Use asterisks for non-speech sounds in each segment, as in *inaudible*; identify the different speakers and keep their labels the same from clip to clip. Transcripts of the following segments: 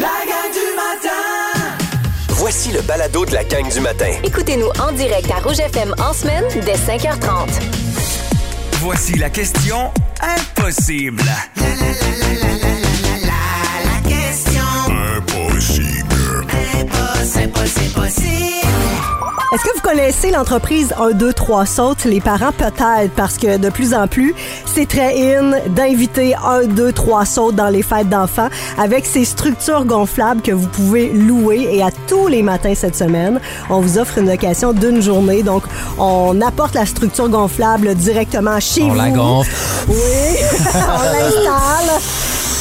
Speaker 1: La gang du matin!
Speaker 2: Voici le balado de la gang du matin.
Speaker 3: Écoutez-nous en direct à Rouge FM en semaine dès 5h30.
Speaker 4: Voici la question impossible.
Speaker 1: La question impossible, impossible, possible.
Speaker 5: Est-ce que vous connaissez l'entreprise 1, 2, 3 saute? Les parents peut-être, parce que de plus en plus, c'est très in d'inviter 1, 2, 3 saute dans les fêtes d'enfants avec ces structures gonflables que vous pouvez louer. Et à tous les matins cette semaine, on vous offre une location d'une journée. Donc, on apporte la structure gonflable directement chez
Speaker 6: On
Speaker 5: vous.
Speaker 6: la gonfle.
Speaker 5: Oui, *laughs* on l'installe.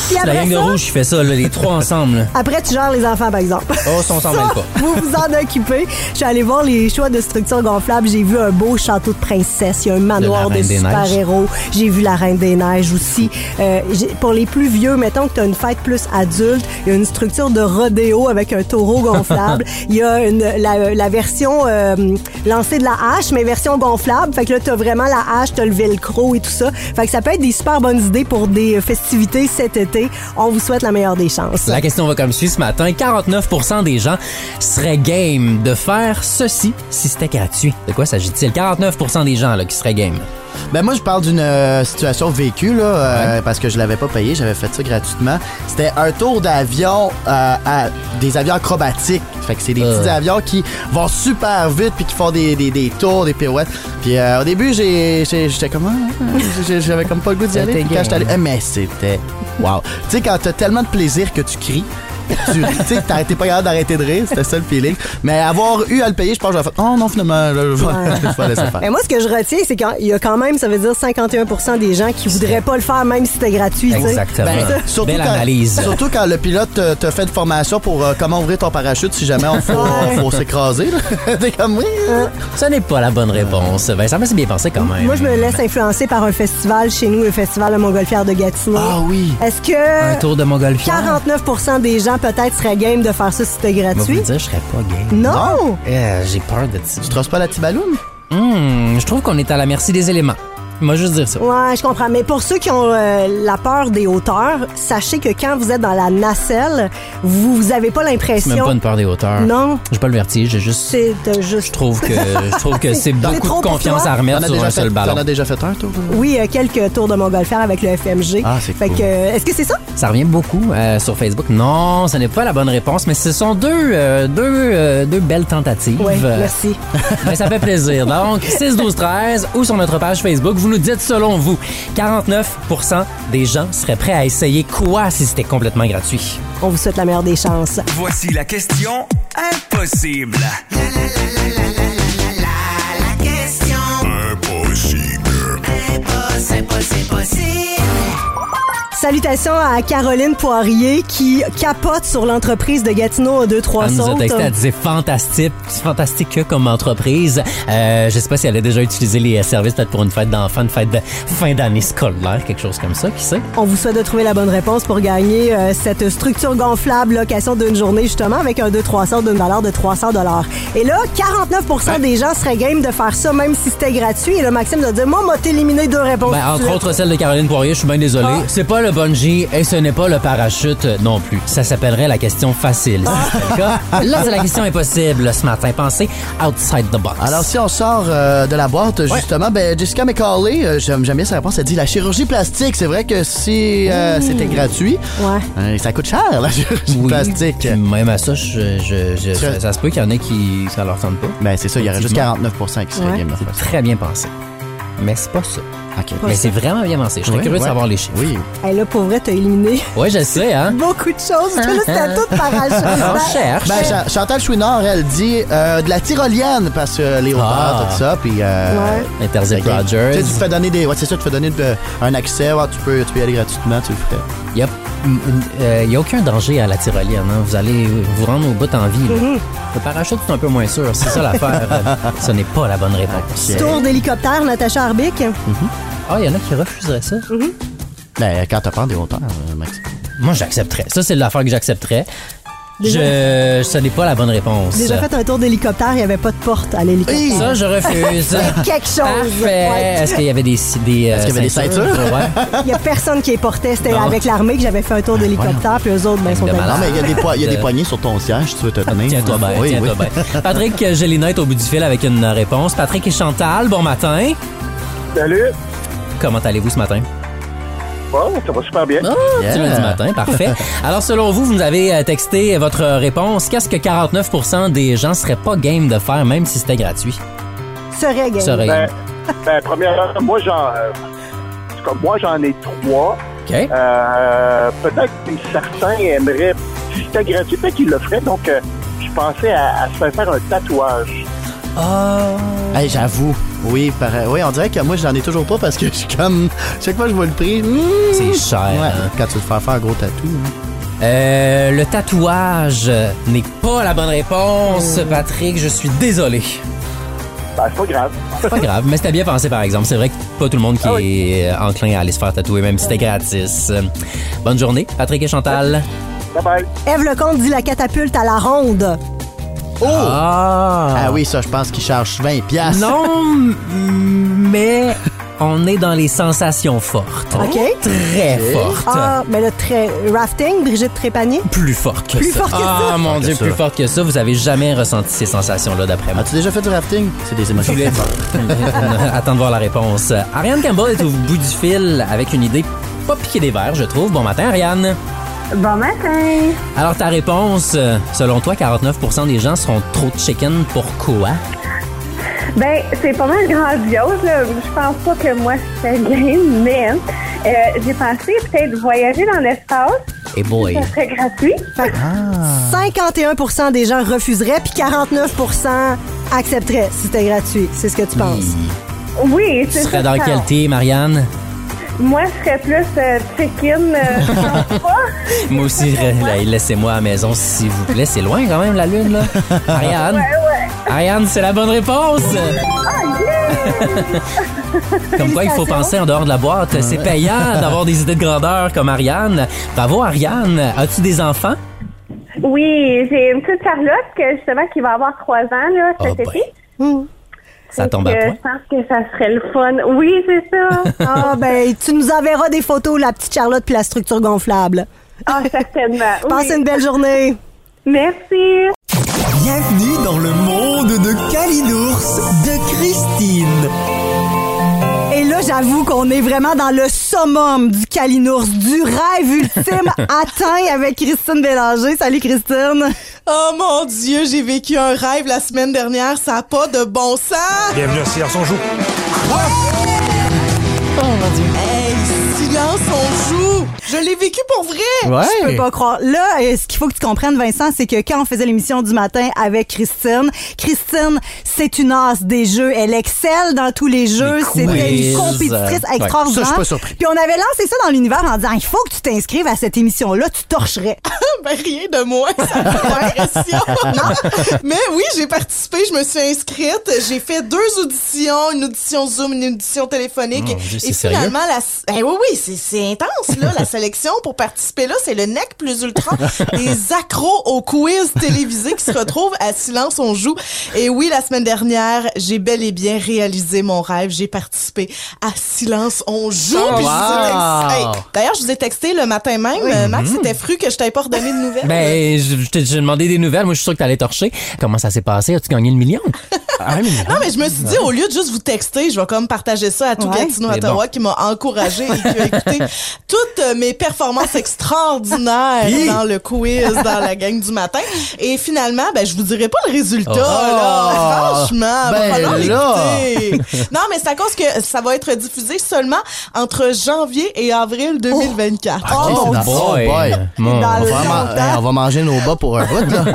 Speaker 5: Puis
Speaker 6: La
Speaker 5: après
Speaker 6: gang de
Speaker 5: ça,
Speaker 6: rouge qui fait ça, là, les trois ensemble. là.
Speaker 5: après, tu gères les enfants, par exemple.
Speaker 6: Oh, ça, on s'en
Speaker 5: Ça,
Speaker 6: mêle pas.
Speaker 5: Vous vous en occupez. Je suis allée voir les choix de structures gonflables. J'ai vu un beau château de princesse. Il y a un manoir
Speaker 6: De la
Speaker 5: de
Speaker 6: Reine des Neiges.
Speaker 5: super-héros. J'ai vu la Reine des Neiges aussi. Euh, j'ai- pour les plus vieux, mettons que tu as une fête plus adulte, il y a une structure de rodéo avec un taureau
Speaker 6: *laughs*
Speaker 5: gonflable. Il y a une, la, la version euh, lancée de la hache, mais version gonflable. Fait que là, tu as vraiment la hache, tu as le velcro et tout ça. Fait que ça peut être des super bonnes idées pour des festivités cet été. On vous souhaite la meilleure des chances.
Speaker 6: *laughs* La question va comme suit ce matin. 49 des gens seraient game de faire ceci si c'était gratuit. De quoi s'agit-il? 49 des gens là, qui seraient game.
Speaker 7: Ben moi je parle d'une euh, situation vécue là euh, parce que je l'avais pas payé, j'avais fait ça gratuitement. C'était un tour d'avion euh, à des avions acrobatiques. Fait que c'est des petits avions qui vont super vite puis qui font des, des, des tours, des pirouettes. Puis euh, au début j'ai j'ai- j'étais comme Ah, ah, j'ai- j'avais comme pas le goût d'y aller. Puis quand j'étais allé, Eh, mais c'était wow. Tu sais quand t'as tellement de plaisir que tu cries. tu ris, tu sais, t'arrêtais pas capable d'arrêter de rire, c'était ça le feeling. Mais avoir eu à le payer, je pense que j'aurais fait, oh non, finalement, là, je vais, *laughs* je vais laisser faire.
Speaker 5: Mais moi, ce que je retiens, c'est qu'il y a quand même, ça veut dire 51 des gens qui voudraient pas le faire, même si c'était gratuit. tu sais.
Speaker 6: Exactement.
Speaker 7: Ben, surtout,
Speaker 6: Belle
Speaker 7: quand,
Speaker 6: analyse.
Speaker 7: surtout quand le pilote te, te fait une formation pour euh, comment ouvrir ton parachute si
Speaker 6: *laughs*
Speaker 7: jamais on faut,
Speaker 5: Ouais.
Speaker 7: faut s'écraser. là. *laughs* T'es comme oui. hein?
Speaker 6: Ce n'est pas la bonne réponse. Vincent, mais c'est bien pensé quand même.
Speaker 5: Moi, je me laisse influencer par un festival chez nous, le festival de Montgolfière de Gatineau.
Speaker 7: Ah oui.
Speaker 5: Est-ce
Speaker 6: Un
Speaker 5: que
Speaker 6: tour de Montgolfière.
Speaker 5: 49 des gens peut-être seraient game de faire ça si c'était
Speaker 6: Moi, vous
Speaker 5: gratuit?
Speaker 6: me dire, je serais pas game.
Speaker 5: Non!
Speaker 6: Euh, J'ai peur de ça.
Speaker 7: Tu trosses pas la Tibaloum?
Speaker 6: Hmm, je trouve qu'on est à la merci des éléments. Moi, juste dire ça.
Speaker 5: Ouais, je comprends. Mais pour ceux qui ont euh, la peur des hauteurs, sachez que quand vous êtes dans la nacelle, vous, vous avez pas
Speaker 6: C'est même pas
Speaker 5: l'impression.
Speaker 6: une peur des hauteurs.
Speaker 5: Non.
Speaker 6: J'ai pas le vertige, j'ai juste.
Speaker 5: C'est de juste
Speaker 6: Je trouve que, je trouve que c'est
Speaker 5: C'est trop
Speaker 6: beaucoup de
Speaker 5: pour
Speaker 6: confiance
Speaker 5: toi?
Speaker 6: à
Speaker 7: T'en
Speaker 6: remettre
Speaker 7: as
Speaker 6: sur
Speaker 7: déjà
Speaker 6: un
Speaker 7: fait-
Speaker 6: seul ballon.
Speaker 7: T'en as déjà fait un, toi?
Speaker 5: Oui, euh, quelques tours de Montgolfière avec le FMG.
Speaker 7: Ah, c'est
Speaker 5: Fait
Speaker 7: cool.
Speaker 5: que, euh, est-ce que c'est ça?
Speaker 6: Ça revient beaucoup euh, sur Facebook. Non, ce n'est pas la bonne réponse, mais ce sont deux, euh, deux, euh, deux belles tentatives.
Speaker 5: Oui,
Speaker 6: Euh, *laughs*
Speaker 5: merci.
Speaker 6: mais ça fait plaisir. Donc, 6, 12, 13 ou sur notre page Facebook, vous nous dites selon vous, 49 des gens seraient prêts à essayer quoi si c'était complètement gratuit?
Speaker 5: On vous souhaite la meilleure des chances.
Speaker 4: Voici la question impossible.
Speaker 1: La question impossible, impossible, possible.
Speaker 5: Salutations à Caroline Poirier qui capote sur l'entreprise de Gatineau 2 3
Speaker 6: Elle nous a
Speaker 5: sautes.
Speaker 6: texté, elle disait fantastique, fantastique comme entreprise. Euh, je sais pas si elle a déjà utilisé les euh, services peut-être pour une fête d'enfants, une fête de fin d'année scolaire, quelque chose comme ça, qui sait?
Speaker 5: On vous souhaite de trouver la bonne réponse pour gagner euh, cette structure gonflable location d'une journée justement avec un 2 3 sautes d'une valeur de 300 dollars. Et là, 49
Speaker 6: Ben.
Speaker 5: des gens seraient game de faire ça même si c'était gratuit et là Maxime doit dire moi m'a éliminé deux réponses.
Speaker 6: Ben,
Speaker 5: tout de
Speaker 6: entre
Speaker 5: suite.
Speaker 6: autres, celle de Caroline Poirier, je suis bien désolé.
Speaker 5: Ah.
Speaker 6: C'est pas le bungee et ce n'est pas le parachute euh, non plus. Ça s'appellerait la question facile. si c'était le cas. Là, c'est la question impossible ce matin. Pensez outside the box.
Speaker 7: Alors, si on sort euh, de la boîte, justement, ben, Jessica McCauley, euh, j'aime j'aime bien sa réponse, elle dit la chirurgie plastique. C'est vrai que si euh, c'était gratuit,
Speaker 5: Ouais.
Speaker 7: euh, ça coûte cher, la *laughs* chirurgie
Speaker 6: Mmh. oui, Mmh.
Speaker 7: plastique.
Speaker 6: puis Même à ça, je, je- je- ça, ça se peut qu'il y en ait qui ça leur tente pas.
Speaker 7: Ben, c'est ça, il y aurait juste 49 qui seraient
Speaker 5: Ouais.
Speaker 7: game de faire ça.
Speaker 6: Très bien pensé. Mais c'est pas ça.
Speaker 7: OK.
Speaker 6: Mais c'est vraiment bien pensé. Je serais
Speaker 7: Oui,
Speaker 6: curieux de
Speaker 7: ouais.
Speaker 6: savoir les chiffres.
Speaker 7: Oui.
Speaker 5: Hey, là pour vrai t'as éliminé *laughs*
Speaker 6: Ouais, je le sais, hein?
Speaker 5: beaucoup de choses. Parce que Là, c'était tout parachute.
Speaker 6: On
Speaker 5: Ben,
Speaker 6: cherche.
Speaker 7: Ben, Cha- Chantal Chouinard, elle dit euh, de la tyrolienne parce que les hauteurs,
Speaker 6: Ah.
Speaker 7: tout ça, puis. Euh,
Speaker 5: Ouais.
Speaker 6: Intercept
Speaker 7: la game.
Speaker 6: Rogers.
Speaker 7: Tu sais, tu te fais donner des. Ouais, c'est ça, tu te fais donner de- un accès, ouais, tu, peux, tu peux y aller gratuitement, tu le ferais.
Speaker 6: Il n'y a, m- m- euh, y a aucun danger à la tyrolienne. hein. Vous allez vous rendre au bout en vie. là.
Speaker 7: Mm-hmm.
Speaker 6: Le parachute, c'est un peu moins sûr. C'est ça
Speaker 7: *laughs*
Speaker 6: l'affaire. Euh, Ce n'est pas la bonne réponse.
Speaker 5: Tour d'hélicoptère, Natacha Arbic.
Speaker 6: Ah, il y en a qui refuseraient ça.
Speaker 7: Mm-hmm. Ben, quand t'as peur des hauteurs, euh, Max.
Speaker 6: Moi, j'accepterais. Ça, c'est l'affaire que j'accepterais.
Speaker 5: Déjà,
Speaker 6: Je, ce n'est pas la bonne réponse.
Speaker 5: déjà fait un tour d'hélicoptère, il n'y avait pas de porte à l'hélicoptère.
Speaker 6: Ça, je
Speaker 7: *laughs*
Speaker 6: refuse.
Speaker 5: quelque chose.
Speaker 6: Parfait.
Speaker 5: Ouais.
Speaker 6: Est-ce qu'il y avait des ci- des euh,
Speaker 7: Est-ce qu'il y avait des ceintures?
Speaker 6: Ouais.
Speaker 5: Il n'y a personne qui les portait. C'était
Speaker 6: Non. Ben,
Speaker 5: avec l'armée que j'avais fait un tour d'hélicoptère, puis eux autres, ben, ils sont
Speaker 6: De
Speaker 5: allés.
Speaker 6: malade.
Speaker 7: Non, mais il y a des, poi- il y a des
Speaker 6: Euh,
Speaker 7: poignées sur ton siège, tu veux te tenir.
Speaker 6: Tiens-toi bien,
Speaker 7: Oui,
Speaker 6: tiens-toi
Speaker 7: oui.
Speaker 6: bien. Patrick euh, Gélina est au bout du fil avec une réponse. Patrick et Chantal, bon matin.
Speaker 8: Salut.
Speaker 6: Comment allez-vous ce matin?
Speaker 8: Bon, ça va super bien.
Speaker 6: Ah,
Speaker 7: Yeah.
Speaker 6: petit lundi matin,
Speaker 7: *laughs*
Speaker 6: parfait. Alors, selon vous, vous nous avez euh, texté votre réponse. Qu'est-ce que 49 des gens seraient pas game de faire, même si c'était gratuit?
Speaker 5: Serait gay.
Speaker 6: Serait
Speaker 8: Ben, ben, premièrement, moi, j'en, euh, en tout cas, moi, j'en ai trois.
Speaker 6: OK.
Speaker 8: Euh, peut-être que certains aimeraient, si c'était gratuit, peut-être qu'ils le feraient. Donc, euh, je pensais à, à se faire faire un tatouage.
Speaker 7: *laughs* Hey, j'avoue. Oui, pareil. oui, on dirait que moi, j'en ai toujours pas parce que *laughs* je suis comme. Chaque fois que je vois le prix. hmm.
Speaker 6: C'est cher.
Speaker 7: Ouais,
Speaker 6: hein?
Speaker 7: Quand tu te fais faire un gros tatou. hein.
Speaker 6: Euh, le tatouage n'est pas la bonne réponse,
Speaker 7: Oh.
Speaker 6: Patrick. Je suis désolé.
Speaker 8: Ben, c'est pas grave.
Speaker 6: C'est
Speaker 7: *laughs*
Speaker 6: pas grave, mais c'était bien pensé, par exemple. C'est vrai que pas tout le
Speaker 7: Ah
Speaker 6: monde qui est euh, enclin à aller se faire tatouer, même si c'était gratis. Euh, Bonne journée, Patrick et Chantal.
Speaker 8: Bye-bye.
Speaker 5: Ève Lecomte dit la catapulte à la ronde.
Speaker 7: Oh!
Speaker 6: Ah!
Speaker 7: Ah oui, ça, je pense qu'il charge 20$. piastres.
Speaker 6: Non, m- mais on est dans les sensations fortes.
Speaker 5: OK.
Speaker 6: Très fortes.
Speaker 5: Ah, mais le tra- rafting, Brigitte Trépanier.
Speaker 6: Plus fort que
Speaker 5: Plus
Speaker 6: ça.
Speaker 5: fort que
Speaker 6: ah,
Speaker 5: ça.
Speaker 6: mon
Speaker 7: Que
Speaker 6: Dieu,
Speaker 7: ça.
Speaker 6: plus fort que ça. Vous avez jamais ressenti ces sensations-là, d'après moi.
Speaker 7: As-tu déjà fait du rafting? C'est des émotions.
Speaker 6: voulais- *laughs* Attends de voir la réponse. Ariane Campbell est au bout du fil avec une idée pas piquée des verres, je trouve. Bon matin, Ariane.
Speaker 9: Bon matin.
Speaker 6: Alors, ta réponse, euh, selon toi, 49 des gens seront trop chicken. Pourquoi?
Speaker 9: Ben, c'est pas mal grandiose. Là. Je pense pas que moi, c'est game, mais euh, j'ai pensé peut-être voyager dans l'espace.
Speaker 6: Et Eh boy.
Speaker 9: Ça serait gratuit.
Speaker 5: 51 des gens refuseraient, puis 49 accepteraient si c'était gratuit. C'est ce que tu penses.
Speaker 9: Oui,
Speaker 6: Tu
Speaker 9: c'est ça.
Speaker 6: serais dans quel thé, Marianne?
Speaker 9: Moi, je serais plus euh, chicken. euh, je pense
Speaker 6: *laughs*
Speaker 9: pas.
Speaker 6: Moi aussi, je- là, laissez-moi à la maison, s'il vous plaît. C'est loin quand même, la lune, là. Ariane. Ariane, c'est la bonne réponse.
Speaker 9: Ah,
Speaker 6: comme quoi, il faut penser en dehors de la boîte. C'est payant d'avoir des idées de grandeur comme Ariane. Bravo, Ariane. As-tu des enfants?
Speaker 9: Oui, j'ai une petite Charlotte que, justement qui va avoir trois ans là, cet
Speaker 6: Oh,
Speaker 9: été.
Speaker 6: boy. Ça
Speaker 9: Fait
Speaker 6: tombe à
Speaker 9: que
Speaker 6: point.
Speaker 9: Je pense que ça serait le fun. Oui, c'est
Speaker 6: *laughs*
Speaker 9: ça.
Speaker 5: Ah, ben, tu nous enverras des photos, la petite Charlotte puis la structure gonflable.
Speaker 9: Ah, certainement. Oui.
Speaker 5: Passe une belle journée.
Speaker 9: Merci.
Speaker 4: Bienvenue dans le monde de Kalinours de Christine.
Speaker 5: Et là, j'avoue qu'on est vraiment dans le summum du Calinours, du rêve ultime atteint avec Christine Bélanger. Salut, Christine.
Speaker 10: Oh mon Dieu, j'ai vécu un rêve la semaine dernière, ça n'a pas de bon sens!
Speaker 11: Bienvenue à Silence on joue.
Speaker 10: Hey, silence, on joue! Je l'ai vécu pour vrai!
Speaker 7: Ouais.
Speaker 5: Je peux pas croire. Là, euh, ce qu'il faut que tu comprennes, Vincent, c'est que quand on faisait l'émission du matin avec Christine, Christine, c'est une as des jeux. Elle excelle dans tous les jeux.
Speaker 6: Les
Speaker 5: C'était
Speaker 6: quiz.
Speaker 5: une compétitrice
Speaker 6: Ouais,
Speaker 5: extraordinaire.
Speaker 7: ça, je suis pas surpris.
Speaker 5: Puis on avait lancé ça dans l'univers en disant, il faut que tu t'inscrives à cette émission-là, tu torcherais.
Speaker 10: *laughs* Ben, rien de moi, ça fait pas impression. *laughs* Non. Mais oui, j'ai participé, je me suis inscrite, j'ai fait deux auditions, une audition Zoom, une audition téléphonique.
Speaker 6: Oh, Mon Dieu, c'est
Speaker 10: et
Speaker 6: sérieux?
Speaker 10: finalement, la... s- Eh oui, oui, c'est- c'est intense, là, la sélection pour participer, là, c'est le nec plus ultra des accros au quiz télévisé qui se retrouvent à Silence on joue. Et oui, la semaine dernière, j'ai bel et bien réalisé mon rêve, j'ai participé à Silence on joue. Puis je vous ai
Speaker 6: wow!
Speaker 10: texté- Hey, D'ailleurs, je vous ai texté le matin même, euh, Max, c'était fru que je t'avais pas redonné de nouvelles.
Speaker 6: Ben, je, je t'ai j'ai demandé des nouvelles. Moi, je suis sûr que t'allais torcher. Comment ça s'est passé? As-tu gagné le million? Ah,
Speaker 10: Non, mais je me suis dit, au lieu de juste vous texter, je vais comme partager ça à tout
Speaker 5: Ouais.
Speaker 10: Gatineau
Speaker 6: Mais
Speaker 10: Ottawa qui m'a encouragé et qui a écouté toutes euh, mes performances extraordinaires dans le quiz, dans la gang du matin. Et finalement, ben, je vous dirai pas le résultat, là. Franchement,
Speaker 7: Ben
Speaker 10: va falloir
Speaker 7: là.
Speaker 10: l'écouter. Non, mais c'est à cause que ça va être diffusé seulement entre janvier et avril 2024.
Speaker 7: Oh,
Speaker 6: boy.
Speaker 7: boy.
Speaker 6: Mon- *laughs*
Speaker 7: On va, ma- hey, on va manger nos bas pour un bout, là.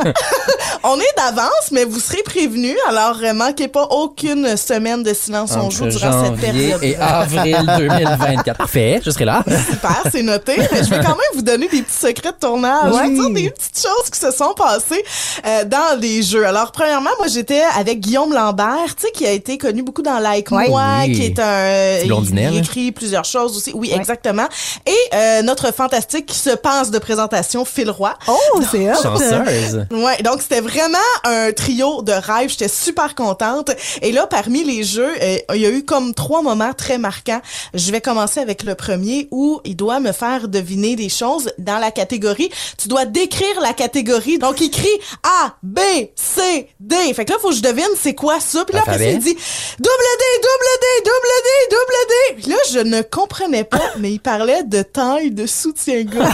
Speaker 10: On est d'avance, mais vous serez prévenus. Alors, euh, manquez pas aucune semaine de silence on joue
Speaker 6: Entre
Speaker 10: durant cette
Speaker 6: janvier
Speaker 10: période.
Speaker 6: et avril 2024. Parfait, je serai là.
Speaker 10: Super, c'est noté. Mais je vais quand même vous donner des petits secrets de tournage. Je vais vous dire des petites choses qui se sont passées euh, dans les jeux. Alors, premièrement, moi, j'étais avec Guillaume Lambert, tu sais, qui a été connu beaucoup dans Like Moi,
Speaker 6: Oui. hein?
Speaker 10: qui est un... euh,
Speaker 6: Petit blondinet,
Speaker 10: il
Speaker 6: là.
Speaker 10: écrit plusieurs choses aussi. Oui, exactement. Et euh, notre fantastique qui se passe de présentation, Phil Roy.
Speaker 5: Oh, c'est hot.
Speaker 6: Chanceuse.
Speaker 10: Ouais, donc c'était vraiment un trio de rêve. J'étais super contente. Et là, parmi les jeux, euh, il y a eu comme trois moments très marquants. Je vais commencer avec le premier où il doit me faire deviner des choses dans la catégorie. Tu dois décrire la catégorie. Donc il crie A, B, C, D. Fait que là, faut que je devine c'est quoi ça. Puis là, après, ça,
Speaker 6: Alphabet.
Speaker 10: il dit double D, double D, double D, double D. Puis là, je ne comprenais pas, *laughs* mais il parlait de taille de soutien-gorge.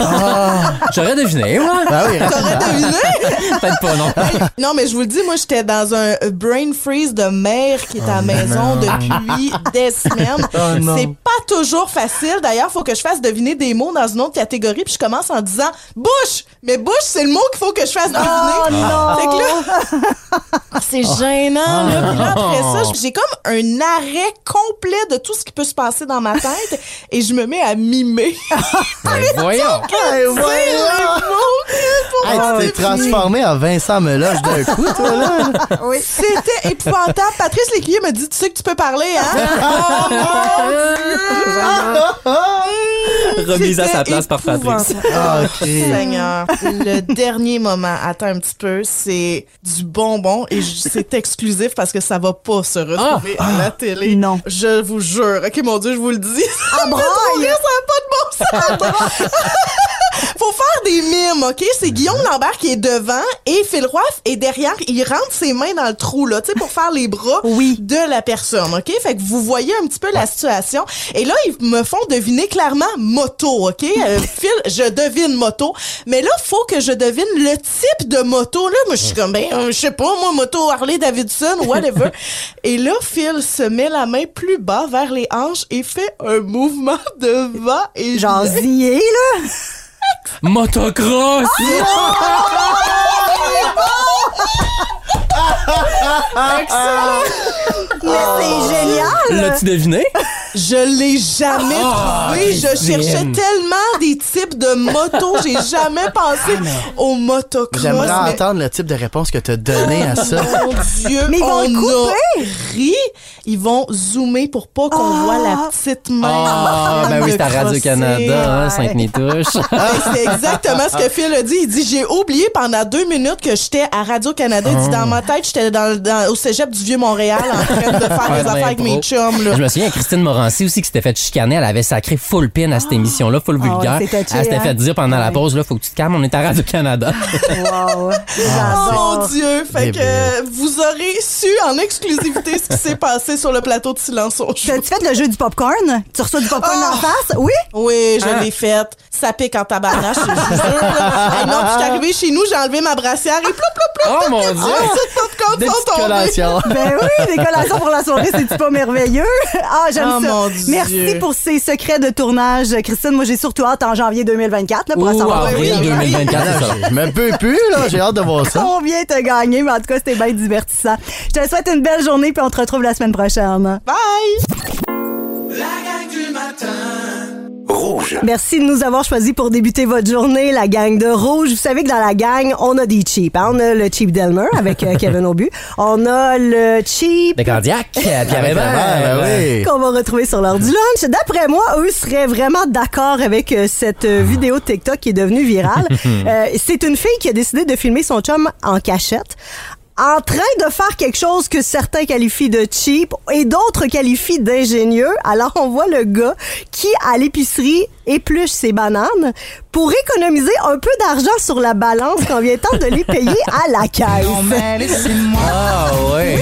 Speaker 6: J'aurais deviné, moi.
Speaker 7: Ah oui,
Speaker 10: T'aurais deviné?
Speaker 6: Peut-être pas, non.
Speaker 10: Non, mais je vous le dis, moi, j'étais dans un brain freeze de mère qui est à la maison
Speaker 7: *laughs*
Speaker 10: depuis des semaines.
Speaker 7: Oh, non.
Speaker 10: c'est pas toujours facile. D'ailleurs, faut que je fasse deviner des mots dans une autre catégorie, puis je commence en disant bouche. Mais bouche, c'est le mot qu'il faut que je fasse deviner. Fait que là, Oh, *laughs* c'est gênant. Là. Puis là, après
Speaker 7: Oh.
Speaker 10: ça, j'ai comme un arrêt complet de tout ce qui peut se passer dans ma tête, et je me mets à mimer. *laughs*
Speaker 6: Ben, voyons. Ah,
Speaker 7: Hey, ouais,
Speaker 10: C'est
Speaker 7: là.
Speaker 10: les mots pour
Speaker 7: Hey,
Speaker 10: faire
Speaker 7: tu t'es
Speaker 10: deviner.
Speaker 7: transformé en Vincent Meloche d'un coup,
Speaker 6: *laughs*
Speaker 7: toi, là.
Speaker 10: C'était épouvantable. Patrice Lécuyer me dit, tu sais que tu peux parler, hein? Oh,
Speaker 6: Remise à sa
Speaker 10: C'était
Speaker 6: place par Patrice.
Speaker 10: épouvantable.
Speaker 7: Ah, ok.
Speaker 10: Seigneur, le dernier moment, attends un petit peu, c'est du bonbon et je- c'est exclusif parce que ça va pas se retrouver à la télé.
Speaker 5: Non.
Speaker 10: Je vous jure. Ok, mon Dieu, je vous le dis. *laughs* Ah, bon? Ça a pas de bon sens. Faut faire des mimes, OK?
Speaker 5: Mhm.
Speaker 10: C'est Guillaume Lambert qui est devant et Phil Roy est derrière. Il rentre ses mains dans le trou, là, tu sais, pour faire les bras
Speaker 5: *laughs* Oui.
Speaker 10: de la personne, OK? Fait que vous voyez un petit peu la situation. Et là, ils me font deviner clairement moto, OK?
Speaker 5: *laughs*
Speaker 10: Euh, Phil, je devine moto. Mais là, faut que je devine le type de moto. Là, moi, je suis comme, ben, euh, je sais pas, moi, moto Harley-Davidson,
Speaker 5: *laughs*
Speaker 10: whatever. et là, Phil se met la main plus bas vers les hanches et fait un mouvement devant et
Speaker 5: Genre zié, là.
Speaker 6: Motocross!
Speaker 5: Mais c'est génial.
Speaker 6: L'as-tu deviné?
Speaker 10: Je l'ai jamais
Speaker 6: Ah,
Speaker 10: trouvé. Je
Speaker 6: Christine.
Speaker 10: cherchais tellement des types de motos.
Speaker 6: *laughs*
Speaker 10: J'ai jamais pensé
Speaker 6: Ah,
Speaker 10: au motocross.
Speaker 7: J'aimerais
Speaker 10: mais-
Speaker 7: entendre le type de réponse que t'as donné à ça.
Speaker 10: Mon Dieu,
Speaker 5: Mais ils vont le
Speaker 10: on a
Speaker 5: couper.
Speaker 10: ri. Ils vont zoomer pour pas qu'on
Speaker 5: Ah.
Speaker 10: voit la petite main.
Speaker 6: Ah, ben oui, c'est à Radio-Canada, hein, Sainte-Nitouche.
Speaker 10: Ben, c'est exactement ce que Phil a dit. Il dit J'ai oublié pendant deux minutes que j'étais à Radio-Canada. Il dit
Speaker 6: Ah.
Speaker 10: Dans ma tête, j'étais dans, dans- au cégep du Vieux-Montréal en train de faire des
Speaker 6: Faire de
Speaker 10: affaires avec
Speaker 6: l'impro.
Speaker 10: mes chums. Là.
Speaker 6: ben, Je me souviens, Christine Morancy aussi, qui s'était fait chicaner. Elle avait sacré full pin à cette émission-là, full vulgaire.
Speaker 5: c'est touché,
Speaker 6: elle s'était
Speaker 5: hein?
Speaker 6: fait dire pendant la pause, là, faut que tu te calmes, on est à Radio-Canada.
Speaker 10: Oh
Speaker 5: Wow. J'adore.
Speaker 10: mon Dieu! Fait
Speaker 7: Mais
Speaker 10: que
Speaker 7: bien.
Speaker 10: euh, vous aurez su en exclusivité ce qui s'est passé sur le plateau de Silence au Show.
Speaker 5: T'as-tu fait le jeu du popcorn? Tu reçois du popcorn
Speaker 10: Oh!
Speaker 5: en face? Oui?
Speaker 10: Oui, je l'ai faite. Ça pique en tabarnache, je vous jure. là. Hey, non, puis je suis arrivée chez nous, j'ai enlevé ma brassière et plop, plop, plop!
Speaker 6: oh mon Dieu!
Speaker 10: Ah. Tout
Speaker 7: Des
Speaker 10: le monde sont
Speaker 7: petites
Speaker 10: tombés.
Speaker 7: *laughs* collations.
Speaker 5: Ben
Speaker 10: *laughs*
Speaker 5: oui, des collations pour la soirée, c'est-tu pas merveilleux? Ah, j'aime
Speaker 10: Oh,
Speaker 5: ça.
Speaker 10: mon Dieu.
Speaker 5: Merci pour ces secrets de tournage, Christine. Moi, j'ai surtout hâte en janvier 2024 là, pour
Speaker 6: Ou
Speaker 5: savoir
Speaker 6: avril
Speaker 10: oui, oui.
Speaker 6: 2024, c'est
Speaker 7: *laughs*
Speaker 6: ça.
Speaker 7: Je me peux plus, là. J'ai hâte de voir ça.
Speaker 5: combien t'as gagné, mais en tout cas, c'était bien divertissant. Je te souhaite une belle journée, puis on te retrouve la semaine prochaine.
Speaker 10: Bye!
Speaker 5: Merci de nous avoir choisis pour débuter votre journée, la gang de Rouge. Vous savez que dans la gang, on a des cheap. hein. On a le cheap Delmer avec euh, Kevin Aubu. On a le cheap
Speaker 6: De cardiaque, à Ben, Pierre
Speaker 7: Ben,
Speaker 6: Hébert.
Speaker 7: ben oui.
Speaker 5: *laughs* qu'on va retrouver sur l'heure du lunch. D'après moi, eux seraient vraiment d'accord avec euh, cette euh, vidéo de TikTok qui est devenue virale. Euh, c'est une fille qui a décidé de filmer son chum en cachette en train de faire quelque chose que certains qualifient de cheap et d'autres qualifient d'ingénieux. Alors, on voit le gars qui, à l'épicerie, épluche ses bananes pour économiser un peu d'argent sur la balance quand vient temps de les payer à la caisse.
Speaker 6: Ah ouais.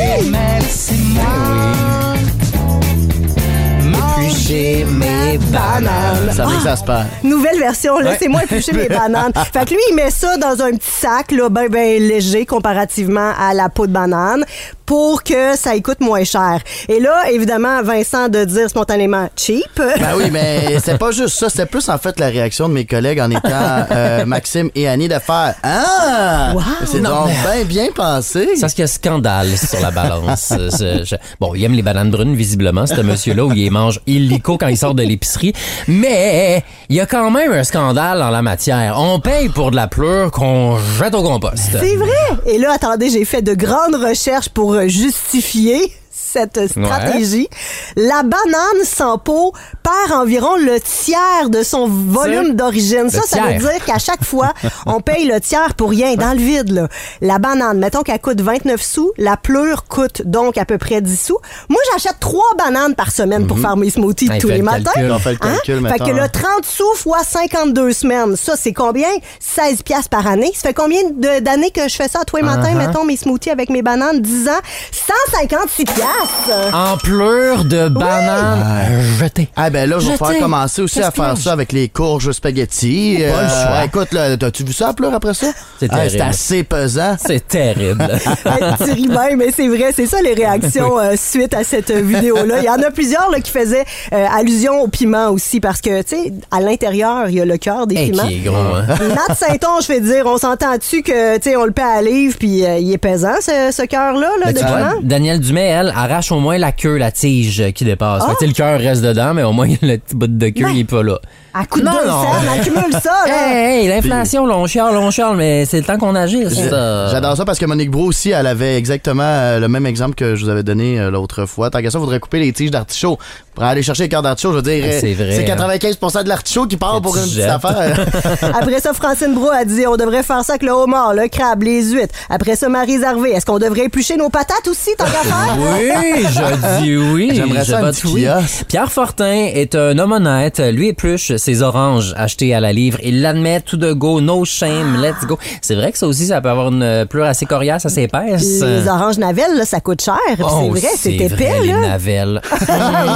Speaker 6: Éplucher mes bananes.
Speaker 7: Ça m'exaspère.
Speaker 5: Nouvelle version, là,
Speaker 6: Ouais.
Speaker 5: c'est moi éplucher mes bananes. Fait que lui, il met ça dans un petit sac, là, ben, ben léger comparativement à la peau de banane. pour que ça écoute moins cher. Et là, évidemment, Vincent de dire spontanément cheap.
Speaker 7: Ben oui, mais c'est pas juste ça. C'était plus en fait la réaction de mes collègues en étant euh, Maxime et Annie de faire Ah!
Speaker 5: Wow!
Speaker 7: C'est
Speaker 6: Non,
Speaker 7: donc
Speaker 6: mais-
Speaker 7: bien bien pensé.
Speaker 6: C'est parce qu'il y a scandale sur la balance. Euh, je- je- bon, il aime les bananes brunes, visiblement, ce monsieur-là, où il les mange illico quand il sort de l'épicerie. Mais il y a quand même un scandale en la matière. On paye pour de la pleure qu'on jette au compost.
Speaker 5: C'est vrai. Et là, attendez, j'ai fait de grandes recherches pour euh, justifier cette stratégie. La banane sans peau perd environ le tiers de son
Speaker 6: C'est-
Speaker 5: volume d'origine. Ça, ça veut
Speaker 6: tiers.
Speaker 5: dire qu'à chaque fois, on paye le tiers pour rien, dans le vide. là. La banane, mettons qu'elle coûte 29 sous, la pleure coûte donc à peu près 10 sous. Moi, j'achète trois bananes par semaine pour faire mes smoothies
Speaker 6: Mhm. Hey,
Speaker 5: tous
Speaker 6: fais
Speaker 5: les
Speaker 6: le
Speaker 5: matins.
Speaker 6: calcul.
Speaker 7: On Hein? fait le calcul
Speaker 5: Hein? Fait
Speaker 7: maintenant.
Speaker 5: que là, 30 sous fois 52 semaines, ça, c'est combien? 16 piastres par année. Ça fait combien de- d'années que je fais ça tous les matins,
Speaker 6: Uh-huh.
Speaker 5: mettons, mes smoothies avec mes bananes? 10 ans.
Speaker 6: *laughs*
Speaker 5: 156 piastres!
Speaker 6: En pleure de bananes jetées.
Speaker 7: Ah ben là, je vais
Speaker 6: Jeter.
Speaker 7: faire commencer aussi à faire
Speaker 6: Gaspillage.
Speaker 7: ça avec les courges spaghetti.
Speaker 6: Pas le choix.
Speaker 7: écoute, là, t'as-tu vu ça à pleurer après ça?
Speaker 6: C'est
Speaker 7: Ah,
Speaker 6: terrible.
Speaker 7: C'est assez pesant.
Speaker 6: C'est terrible.
Speaker 5: Hey, Euh, tu ris bien, mais c'est vrai, c'est ça les réactions euh, suite à cette euh, vidéo-là. Il y en a plusieurs là, qui faisaient euh, allusion au piment aussi, parce que, tu sais, à l'intérieur, il y a le cœur des
Speaker 6: Hey,
Speaker 5: piments.
Speaker 6: qui est gros, hein?
Speaker 5: Nat Saint-Onge, je vais te dire, on s'entend-tu que, tu sais, on le paie à livre, puis euh, il est pesant, ce, ce cœur-là, là,
Speaker 6: Ben,
Speaker 5: de
Speaker 6: tu vois,
Speaker 5: piment?
Speaker 6: Daniel Dumais, elle, arrache au moins la queue, la tige qui dépasse.
Speaker 5: Ah!
Speaker 6: Fait que, tu sais, le cœur reste dedans, mais au moins *laughs* le petit bout de queue,
Speaker 5: Ben,
Speaker 6: il est pas là.
Speaker 5: À coup de
Speaker 6: Non,
Speaker 5: deux
Speaker 6: non. Eh.
Speaker 5: cents, on accumule ça, là.
Speaker 6: *laughs* Hey, hey, l'inflation, l'on chiale, l'on chiale, mais c'est le temps qu'on agisse.
Speaker 7: Je-
Speaker 6: ça.
Speaker 7: J'adore ça parce que Monique Brou aussi, elle avait exactement euh, le même exemple que je vous avais donné euh, l'autre fois. Tant qu'à ça, faudrait couper les tiges d'artichaut. Pour aller chercher les cœurs d'artichaut, je veux dire,
Speaker 6: Ah,
Speaker 7: euh,
Speaker 6: c'est vrai,
Speaker 7: c'est
Speaker 6: hein.
Speaker 7: 95 de l'artichaut qui part
Speaker 6: Que
Speaker 7: pour
Speaker 6: tu
Speaker 7: une petite
Speaker 6: jettes.
Speaker 7: affaire.
Speaker 6: *laughs*
Speaker 5: Après ça, Francine Brou a dit on devrait faire ça avec le homard, le crabe, les huîtres. Après ça, Marie Harvey, est-ce qu'on devrait éplucher nos patates aussi, tant qu'à faire?
Speaker 6: Oui, je dis oui.
Speaker 7: J'aimerais
Speaker 6: je
Speaker 7: ça un
Speaker 6: vote
Speaker 7: petit
Speaker 6: oui.
Speaker 7: kiosque.
Speaker 6: Pierre Fortin est un homme honnête. Lui épluche ses oranges achetées à la livre. Il l'admet tout de go, no shame, let's go. C'est vrai que ça aussi, ça peut avoir une pleure assez coriace, assez épaisse.
Speaker 5: Les oranges navelles, là, ça coûte cher. Puis
Speaker 6: Oh,
Speaker 5: c'est vrai, c'est épais,
Speaker 6: vrai, les
Speaker 5: là.
Speaker 6: navelles.
Speaker 5: *laughs*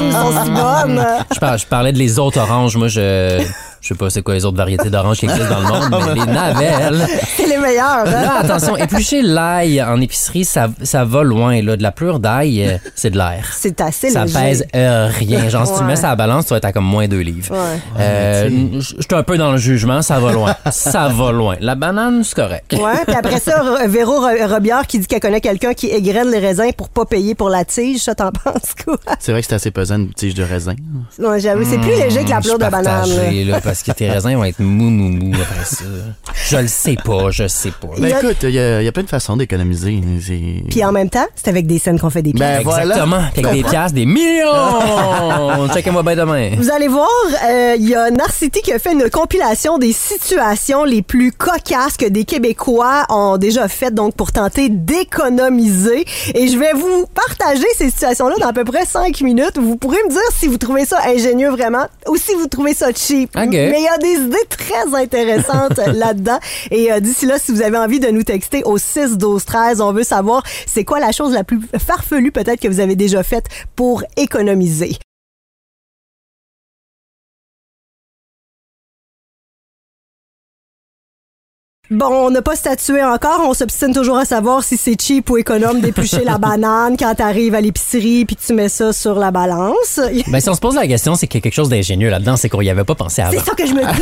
Speaker 5: Ils sont si bonnes. hein.
Speaker 6: je, par- je parlais de les autres oranges. Moi, je... Je sais pas c'est quoi les autres variétés d'oranges qui existent dans le monde, mais les navelles.
Speaker 5: C'est les meilleurs. hein.
Speaker 6: Là, attention, éplucher l'ail en épicerie, ça, ça va loin. Là. De la pleure d'ail, euh, c'est de l'air.
Speaker 5: *laughs* C'est assez
Speaker 6: ça
Speaker 5: léger.
Speaker 6: pèse euh, rien. Genre, si tu le
Speaker 5: Ouais.
Speaker 6: mets ça à la balance, tu vas être à comme moins 2 livres.
Speaker 5: Ouais.
Speaker 6: Euh, je je suis un peu dans le jugement, ça va
Speaker 5: *laughs*
Speaker 6: loin. ça va loin. La banane, c'est correct.
Speaker 5: Ouais, puis après ça, Ro- Véro Ro- Robillard qui dit qu'elle connaît quelqu'un qui égrène les raisins pour pas payer pour la tige. Ça, t'en *laughs* penses quoi?
Speaker 7: c'est vrai que c'est assez pesant une tige de raisin.
Speaker 5: Non, j'avoue, c'est plus léger que la
Speaker 6: Hum, je suis
Speaker 5: pleure de banane. là.
Speaker 6: partagé, là, parce que tes raisins vont être mou, mou, mou après ça. Je le sais pas, je sais pas.
Speaker 7: Ben
Speaker 5: y a-
Speaker 7: écoute, il y, a- il y a plein de façons d'économiser. hein, C'est-
Speaker 5: Puis en même temps, c'est avec des scènes qu'on fait des pieds.
Speaker 7: Ben voilà.
Speaker 6: Exactement. Puis Avec des piastres, des millions! *laughs* Checkez-moi bien demain.
Speaker 5: Vous allez voir, euh, il y a Narcity qui a fait une compilation des situations les plus cocasses que des Québécois ont déjà faites, donc pour tenter d'économiser. Et je vais vous partager ces situations-là dans à peu près cinq minutes. Vous pourrez me dire si vous trouvez ça ingénieux vraiment ou si vous trouvez ça cheap.
Speaker 6: OK.
Speaker 5: Mm-hmm. Mais il y a des idées très intéressantes là-dedans. Et euh, d'ici là, si vous avez envie de nous texter au 6 12 13, on veut savoir c'est quoi la chose la plus farfelue peut-être que vous avez déjà faite pour économiser. Bon, on n'a pas statué encore. On s'obstine toujours à savoir si c'est cheap ou économe d'éplucher la banane quand t'arrives à l'épicerie puis que tu mets ça sur la balance.
Speaker 6: Ben, si on se pose la question, c'est qu'il y a quelque chose d'ingénieux là-dedans, c'est qu'on y avait pas pensé
Speaker 7: Ah
Speaker 6: avant.
Speaker 7: ben.
Speaker 5: C'est ça que je me
Speaker 7: *laughs* Hmm.
Speaker 5: dis.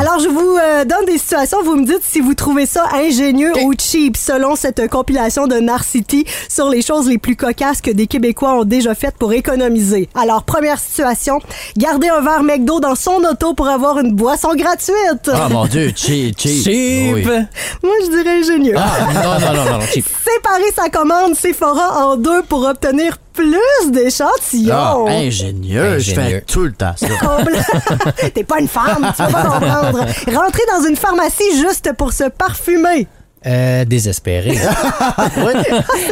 Speaker 5: Alors, je vous euh, donne des situations. Vous me dites si vous trouvez ça ingénieux ou cheap selon cette compilation de Narcity sur les choses les plus cocasses que des Québécois ont déjà faites pour économiser. Alors, première situation, garder un verre McDo dans son auto pour avoir une boisson gratuite.
Speaker 7: Ah mon dieu, cheap, cheap.
Speaker 6: Cheap!
Speaker 7: Oui.
Speaker 5: *laughs* Moi, je dirais ingénieux.
Speaker 6: Ah, non, non, non, non, non, cheap.
Speaker 5: Séparer sa commande Sephora en deux pour obtenir plus
Speaker 7: Ah,
Speaker 5: d'échantillons.
Speaker 7: ingénieux, je
Speaker 6: Ingénieux.
Speaker 7: fais tout le
Speaker 6: *laughs*
Speaker 7: temps ça.
Speaker 5: comble. T'es pas une femme, tu vas pas comprendre. Rentrer dans une pharmacie juste pour se parfumer. *laughs* Ah,
Speaker 6: Euh,
Speaker 7: *laughs*
Speaker 6: désespéré.
Speaker 7: Ah, Oui.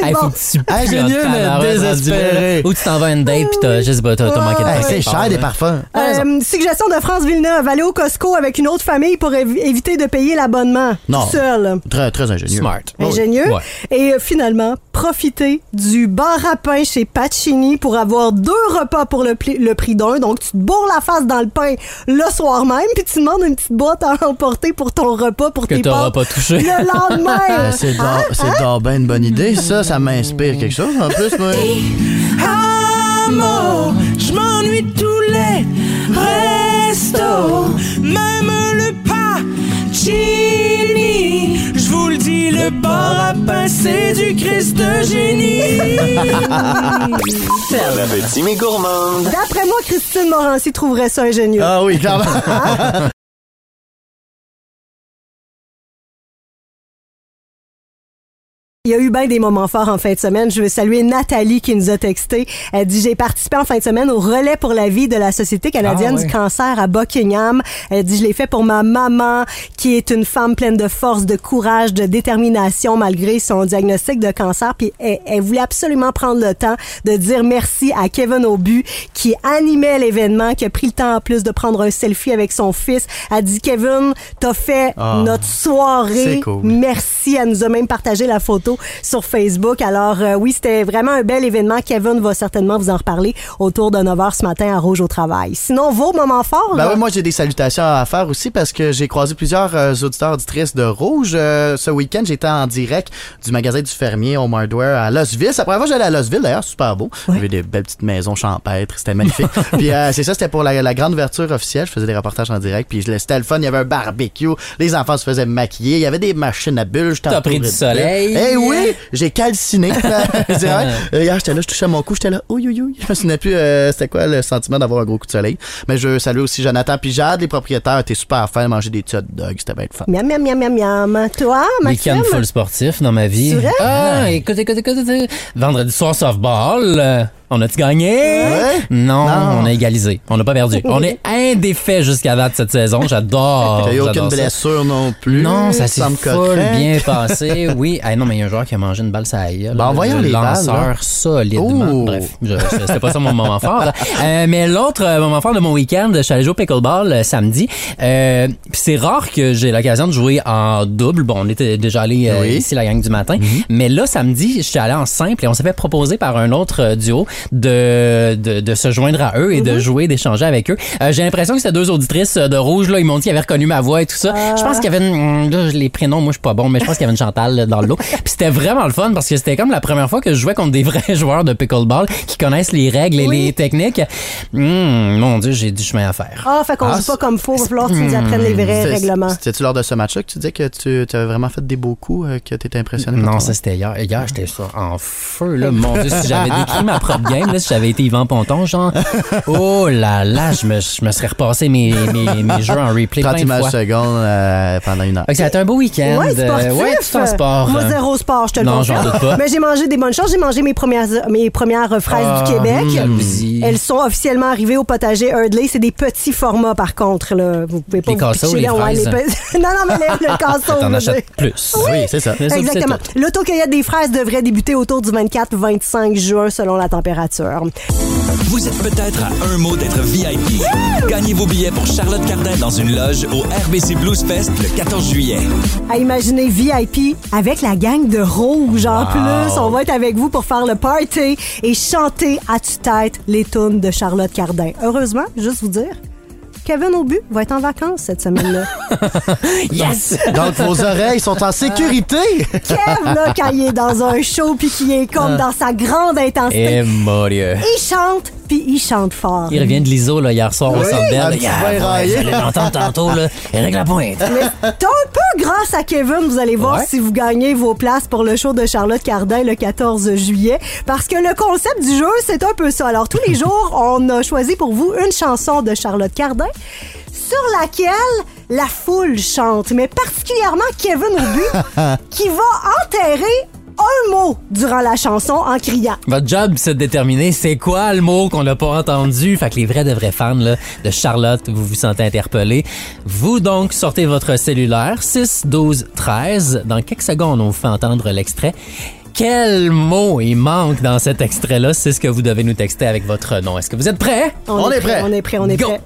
Speaker 6: Hey, faut
Speaker 5: bon.
Speaker 6: que tu plottes
Speaker 7: Ingénieux,
Speaker 6: ta
Speaker 7: mais
Speaker 6: tabarouette rendu là.
Speaker 7: désespéré.
Speaker 6: Ou tu t'en vas à une date pis t'as, je sais pas, t'as, t'as manqué de
Speaker 7: Hey,
Speaker 6: temps.
Speaker 7: c'est cher des parfums.
Speaker 5: Euh, suggestion de France Villeneuve, aller au Costco avec une autre famille pour évi- éviter de payer l'abonnement.
Speaker 7: Non.
Speaker 5: Tout seul.
Speaker 7: Très, très ingénieux.
Speaker 6: Smart.
Speaker 5: Ingénieux.
Speaker 6: Ah Ouais.
Speaker 5: Et euh, finalement, profiter du bar à pain chez Pacini pour avoir deux repas pour le, pli- le prix d'un. Donc, tu te bourres la face dans le pain le soir même, puis tu demandes une petite boîte à emporter pour ton repas, pour
Speaker 6: Que
Speaker 5: tes
Speaker 6: t'auras
Speaker 5: pâtes
Speaker 6: pas touché.
Speaker 5: Le lendemain, de
Speaker 6: *laughs*
Speaker 5: même.
Speaker 7: Ben, c'est
Speaker 6: Hein?
Speaker 7: donc- c'est donc ben une bonne idée, ça. Ça m'inspire quelque chose, en plus, moi.
Speaker 1: Amour, je m'ennuie de tous les restos, même le pacini. Je vous le dis, le bar à passer du Christ de génie.
Speaker 2: Petit mais gourmande.
Speaker 5: D'après moi, Christine Morancy trouverait ça ingénieux.
Speaker 7: Ah oui, clairement.
Speaker 5: Il y a eu bien des moments forts en fin de semaine. Je veux saluer Nathalie qui nous a texté. Elle dit J'ai participé en fin de semaine au relais pour la vie de la Société canadienne
Speaker 6: Ah, ouais.
Speaker 5: du cancer à Buckingham. Elle dit Je l'ai fait pour ma maman, qui est une femme pleine de force, de courage, de détermination malgré son diagnostic de cancer. Puis elle, elle voulait absolument prendre le temps de dire merci à Kevin Aubu, qui animait l'événement, qui a pris le temps en plus de prendre un selfie avec son fils. Elle dit Kevin, t'as fait
Speaker 7: Ah,
Speaker 5: notre soirée.
Speaker 7: c'est cool.
Speaker 5: Merci. Elle nous a même partagé la photo sur Facebook. Alors, euh, oui, c'était vraiment un bel événement. Kevin va certainement vous en reparler autour de 9h ce matin à Rouge au Travail. Sinon, vos moments forts,
Speaker 7: Ben
Speaker 5: là?
Speaker 7: oui, moi j'ai des salutations à faire aussi parce que j'ai croisé plusieurs euh, auditeurs auditrices de Rouge euh, ce week-end. J'étais en direct du magasin du fermier Home Hardware à Losville. C'est la première fois que j'allais à Losville d'ailleurs, super beau. Il y avait des belles petites maisons champêtres,
Speaker 6: *laughs*
Speaker 7: c'était magnifique. puis euh, c'est ça, c'était pour la, la grande ouverture officielle. Je faisais des reportages en direct, puis je- c'était le fun. Il y avait un barbecue, les enfants se faisaient maquiller, il y avait des machines à bulles. j'étais
Speaker 6: T'as
Speaker 7: entouré
Speaker 6: pris du
Speaker 7: de
Speaker 6: soleil.
Speaker 7: bulles. Eh oui,
Speaker 6: *laughs*
Speaker 7: j'ai calciné. C'est vrai. Euh, Hier, j'étais là, je touchais mon cou, j'étais là, ouïe, ouïe, ouïe. Je me souvenais plus, euh, c'était quoi le sentiment d'avoir un gros coup de soleil. Mais je salue aussi Jonathan puis Jade, les propriétaires étaient super fins, manger des petits hot dogs, c'était bien le fun.
Speaker 5: Miam, miam, miam, miam, miam. Toi, Maxime?
Speaker 6: Week-end full sportif dans ma vie. Ah, écoute, écoute, écoute, écoute. Vendredi soir, softball. euh, on a-tu gagné? Non,
Speaker 7: Non.
Speaker 6: on a égalisé. On n'a pas
Speaker 7: *laughs*
Speaker 6: perdu. on est indéfait jusqu'à date cette saison. Oh, J'adore.
Speaker 7: T'as eu aucune
Speaker 6: j'adore ça.
Speaker 7: blessure non plus.
Speaker 6: Non, ça s'est
Speaker 7: Sam
Speaker 6: full
Speaker 7: Cochran. *laughs*
Speaker 6: bien passé. Oui. Ah non, mais il y a un joueur qui a mangé une balle sur la gueule.
Speaker 7: Ben,
Speaker 6: Le
Speaker 7: voyons les
Speaker 6: lanceur
Speaker 7: balles, là.
Speaker 6: solidement.
Speaker 7: Oh.
Speaker 6: Bref, je- je- c'était pas ça mon moment fort.
Speaker 7: *laughs*
Speaker 6: Euh, mais l'autre euh, moment fort de mon week-end, je suis allé jouer au pickleball euh, samedi. Euh, puis c'est rare que j'ai l'occasion de jouer en double. Bon, on était déjà allé euh,
Speaker 7: Oui. Mhm.
Speaker 6: ici, la gang du matin. Mais là, samedi, je suis allé en simple et on s'est fait proposer par un autre euh, duo de, de, de se joindre à eux et de jouer, d'échanger avec eux. Euh, j'ai l'impression que ces deux auditrices euh, de Rouge, là, ils m'ont dit qu'ils avaient reconnu ma voix et tout ça. Je pense qu'il y avait une, hum, là, les prénoms, moi, je suis pas bon, mais je pense qu'il y avait une Chantal là, dans l'eau. Puis c'était vraiment le fun parce que c'était comme la première fois que je jouais contre des vrais *laughs* joueurs de pickleball qui connaissent les règles et les techniques. Hum, mon Dieu, j'ai du chemin à faire.
Speaker 5: Ah, fait qu'on
Speaker 7: Ah,
Speaker 5: joue pas comme faux. Il va falloir que tu nous apprennes les vrais
Speaker 7: C'est-
Speaker 5: règlements.
Speaker 7: C'était-tu lors de ce match-là que tu disais que tu, tu avais vraiment fait des beaux coups, euh, que t'étais impressionné? par
Speaker 6: Non,
Speaker 7: ton-
Speaker 6: ça c'était hier. Hier, j'étais ça en feu, là. Mon Dieu, si j'avais décrit ma propre game, là, si j'avais été Yvan Ponton, genre, oh là là, je me, je me serais repassé mes, mes, mes jeux en replay
Speaker 7: 30
Speaker 6: plein de
Speaker 7: images
Speaker 6: fois. Fait
Speaker 7: secondes euh, pendant une heure.
Speaker 6: que ça a été un beau week-end.
Speaker 5: Ouais, sportif.
Speaker 6: Euh, ouais, tout en sport. euh.
Speaker 5: Moi, zéro sport, je te le
Speaker 6: Non,
Speaker 5: confirme.
Speaker 6: j'en doute pas.
Speaker 5: *laughs* Mais j'ai mangé des bonnes choses. J'ai mangé mes premières, mes premières euh, fraises
Speaker 6: Ah,
Speaker 5: du Québec.
Speaker 6: hum, jalousie.
Speaker 5: Elles sont officiellement arrivées au potager Hurdley. C'est des petits formats, par contre. Là. Vous pouvez pas
Speaker 6: Les
Speaker 5: vous
Speaker 6: casseaux,
Speaker 5: pitcher
Speaker 6: les
Speaker 5: là, ouais,
Speaker 6: fraises.
Speaker 5: pe- *laughs* Non, non, mais
Speaker 6: *laughs*
Speaker 5: le, le casseau, je
Speaker 6: Ah, T'en
Speaker 5: veux
Speaker 6: achètes
Speaker 5: dire.
Speaker 6: plus.
Speaker 7: Oui, c'est ça.
Speaker 6: c'est
Speaker 5: Exactement.
Speaker 6: tout.
Speaker 5: L'autocueillette des fraises devrait débuter autour du 24-25 juin selon la température.
Speaker 4: Vous êtes peut-être à un mot d'être VIP. Gagnez vos billets pour Charlotte Cardin dans une loge au RBC Blues Fest le 14 juillet.
Speaker 5: À imaginer VIP avec la gang de rouge en plus. On va être avec vous pour faire le party et chanter à tue-tête les tunes de Charlotte Cardin. Heureusement, juste vous dire, Kevin Aubu va être en vacances
Speaker 6: *laughs*
Speaker 5: cette semaine-là.
Speaker 6: Yes!
Speaker 7: Donc, vos oreilles sont en sécurité.
Speaker 5: Kev, là, quand il est dans un show puis qu'il est comme dans sa grande intensité,
Speaker 6: *laughs* Ah. Eh mon Dieu.
Speaker 5: il chante puis il chante fort.
Speaker 6: Il revient de l'ISO là, hier soir au Centre Bell.
Speaker 7: un
Speaker 6: là.
Speaker 7: petit
Speaker 6: Yeah,
Speaker 7: bain
Speaker 6: ouais,
Speaker 7: raillé.
Speaker 6: Vous allez l'entendre tantôt. Là. Éric Lapointe.
Speaker 5: Mais un peu grâce à Kevin, vous allez voir
Speaker 6: Ouais.
Speaker 5: si vous gagnez vos places pour le show de Charlotte Cardin le 14 juillet. Parce que le concept du jeu, c'est un peu ça. Alors, tous les
Speaker 7: *laughs*
Speaker 5: jours, on a choisi pour vous une chanson de Charlotte Cardin sur laquelle la foule chante, mais particulièrement Kevin Aubu,
Speaker 7: *laughs*
Speaker 5: qui va enterrer un mot durant la chanson en criant.
Speaker 6: Votre job, c'est de déterminer c'est quoi le mot qu'on n'a pas entendu. Fait que les vrais de vrais fans là, de Charlotte, vous vous sentez interpellés. Vous donc sortez votre cellulaire 6 12 13. Dans quelques secondes, on vous fait entendre l'extrait. Quel mot il manque dans cet extrait-là C'est ce que vous devez nous texter avec votre nom. Est-ce que vous êtes prêts
Speaker 7: On est prêt.
Speaker 5: On est prêt, on est
Speaker 6: Go.
Speaker 5: prêt.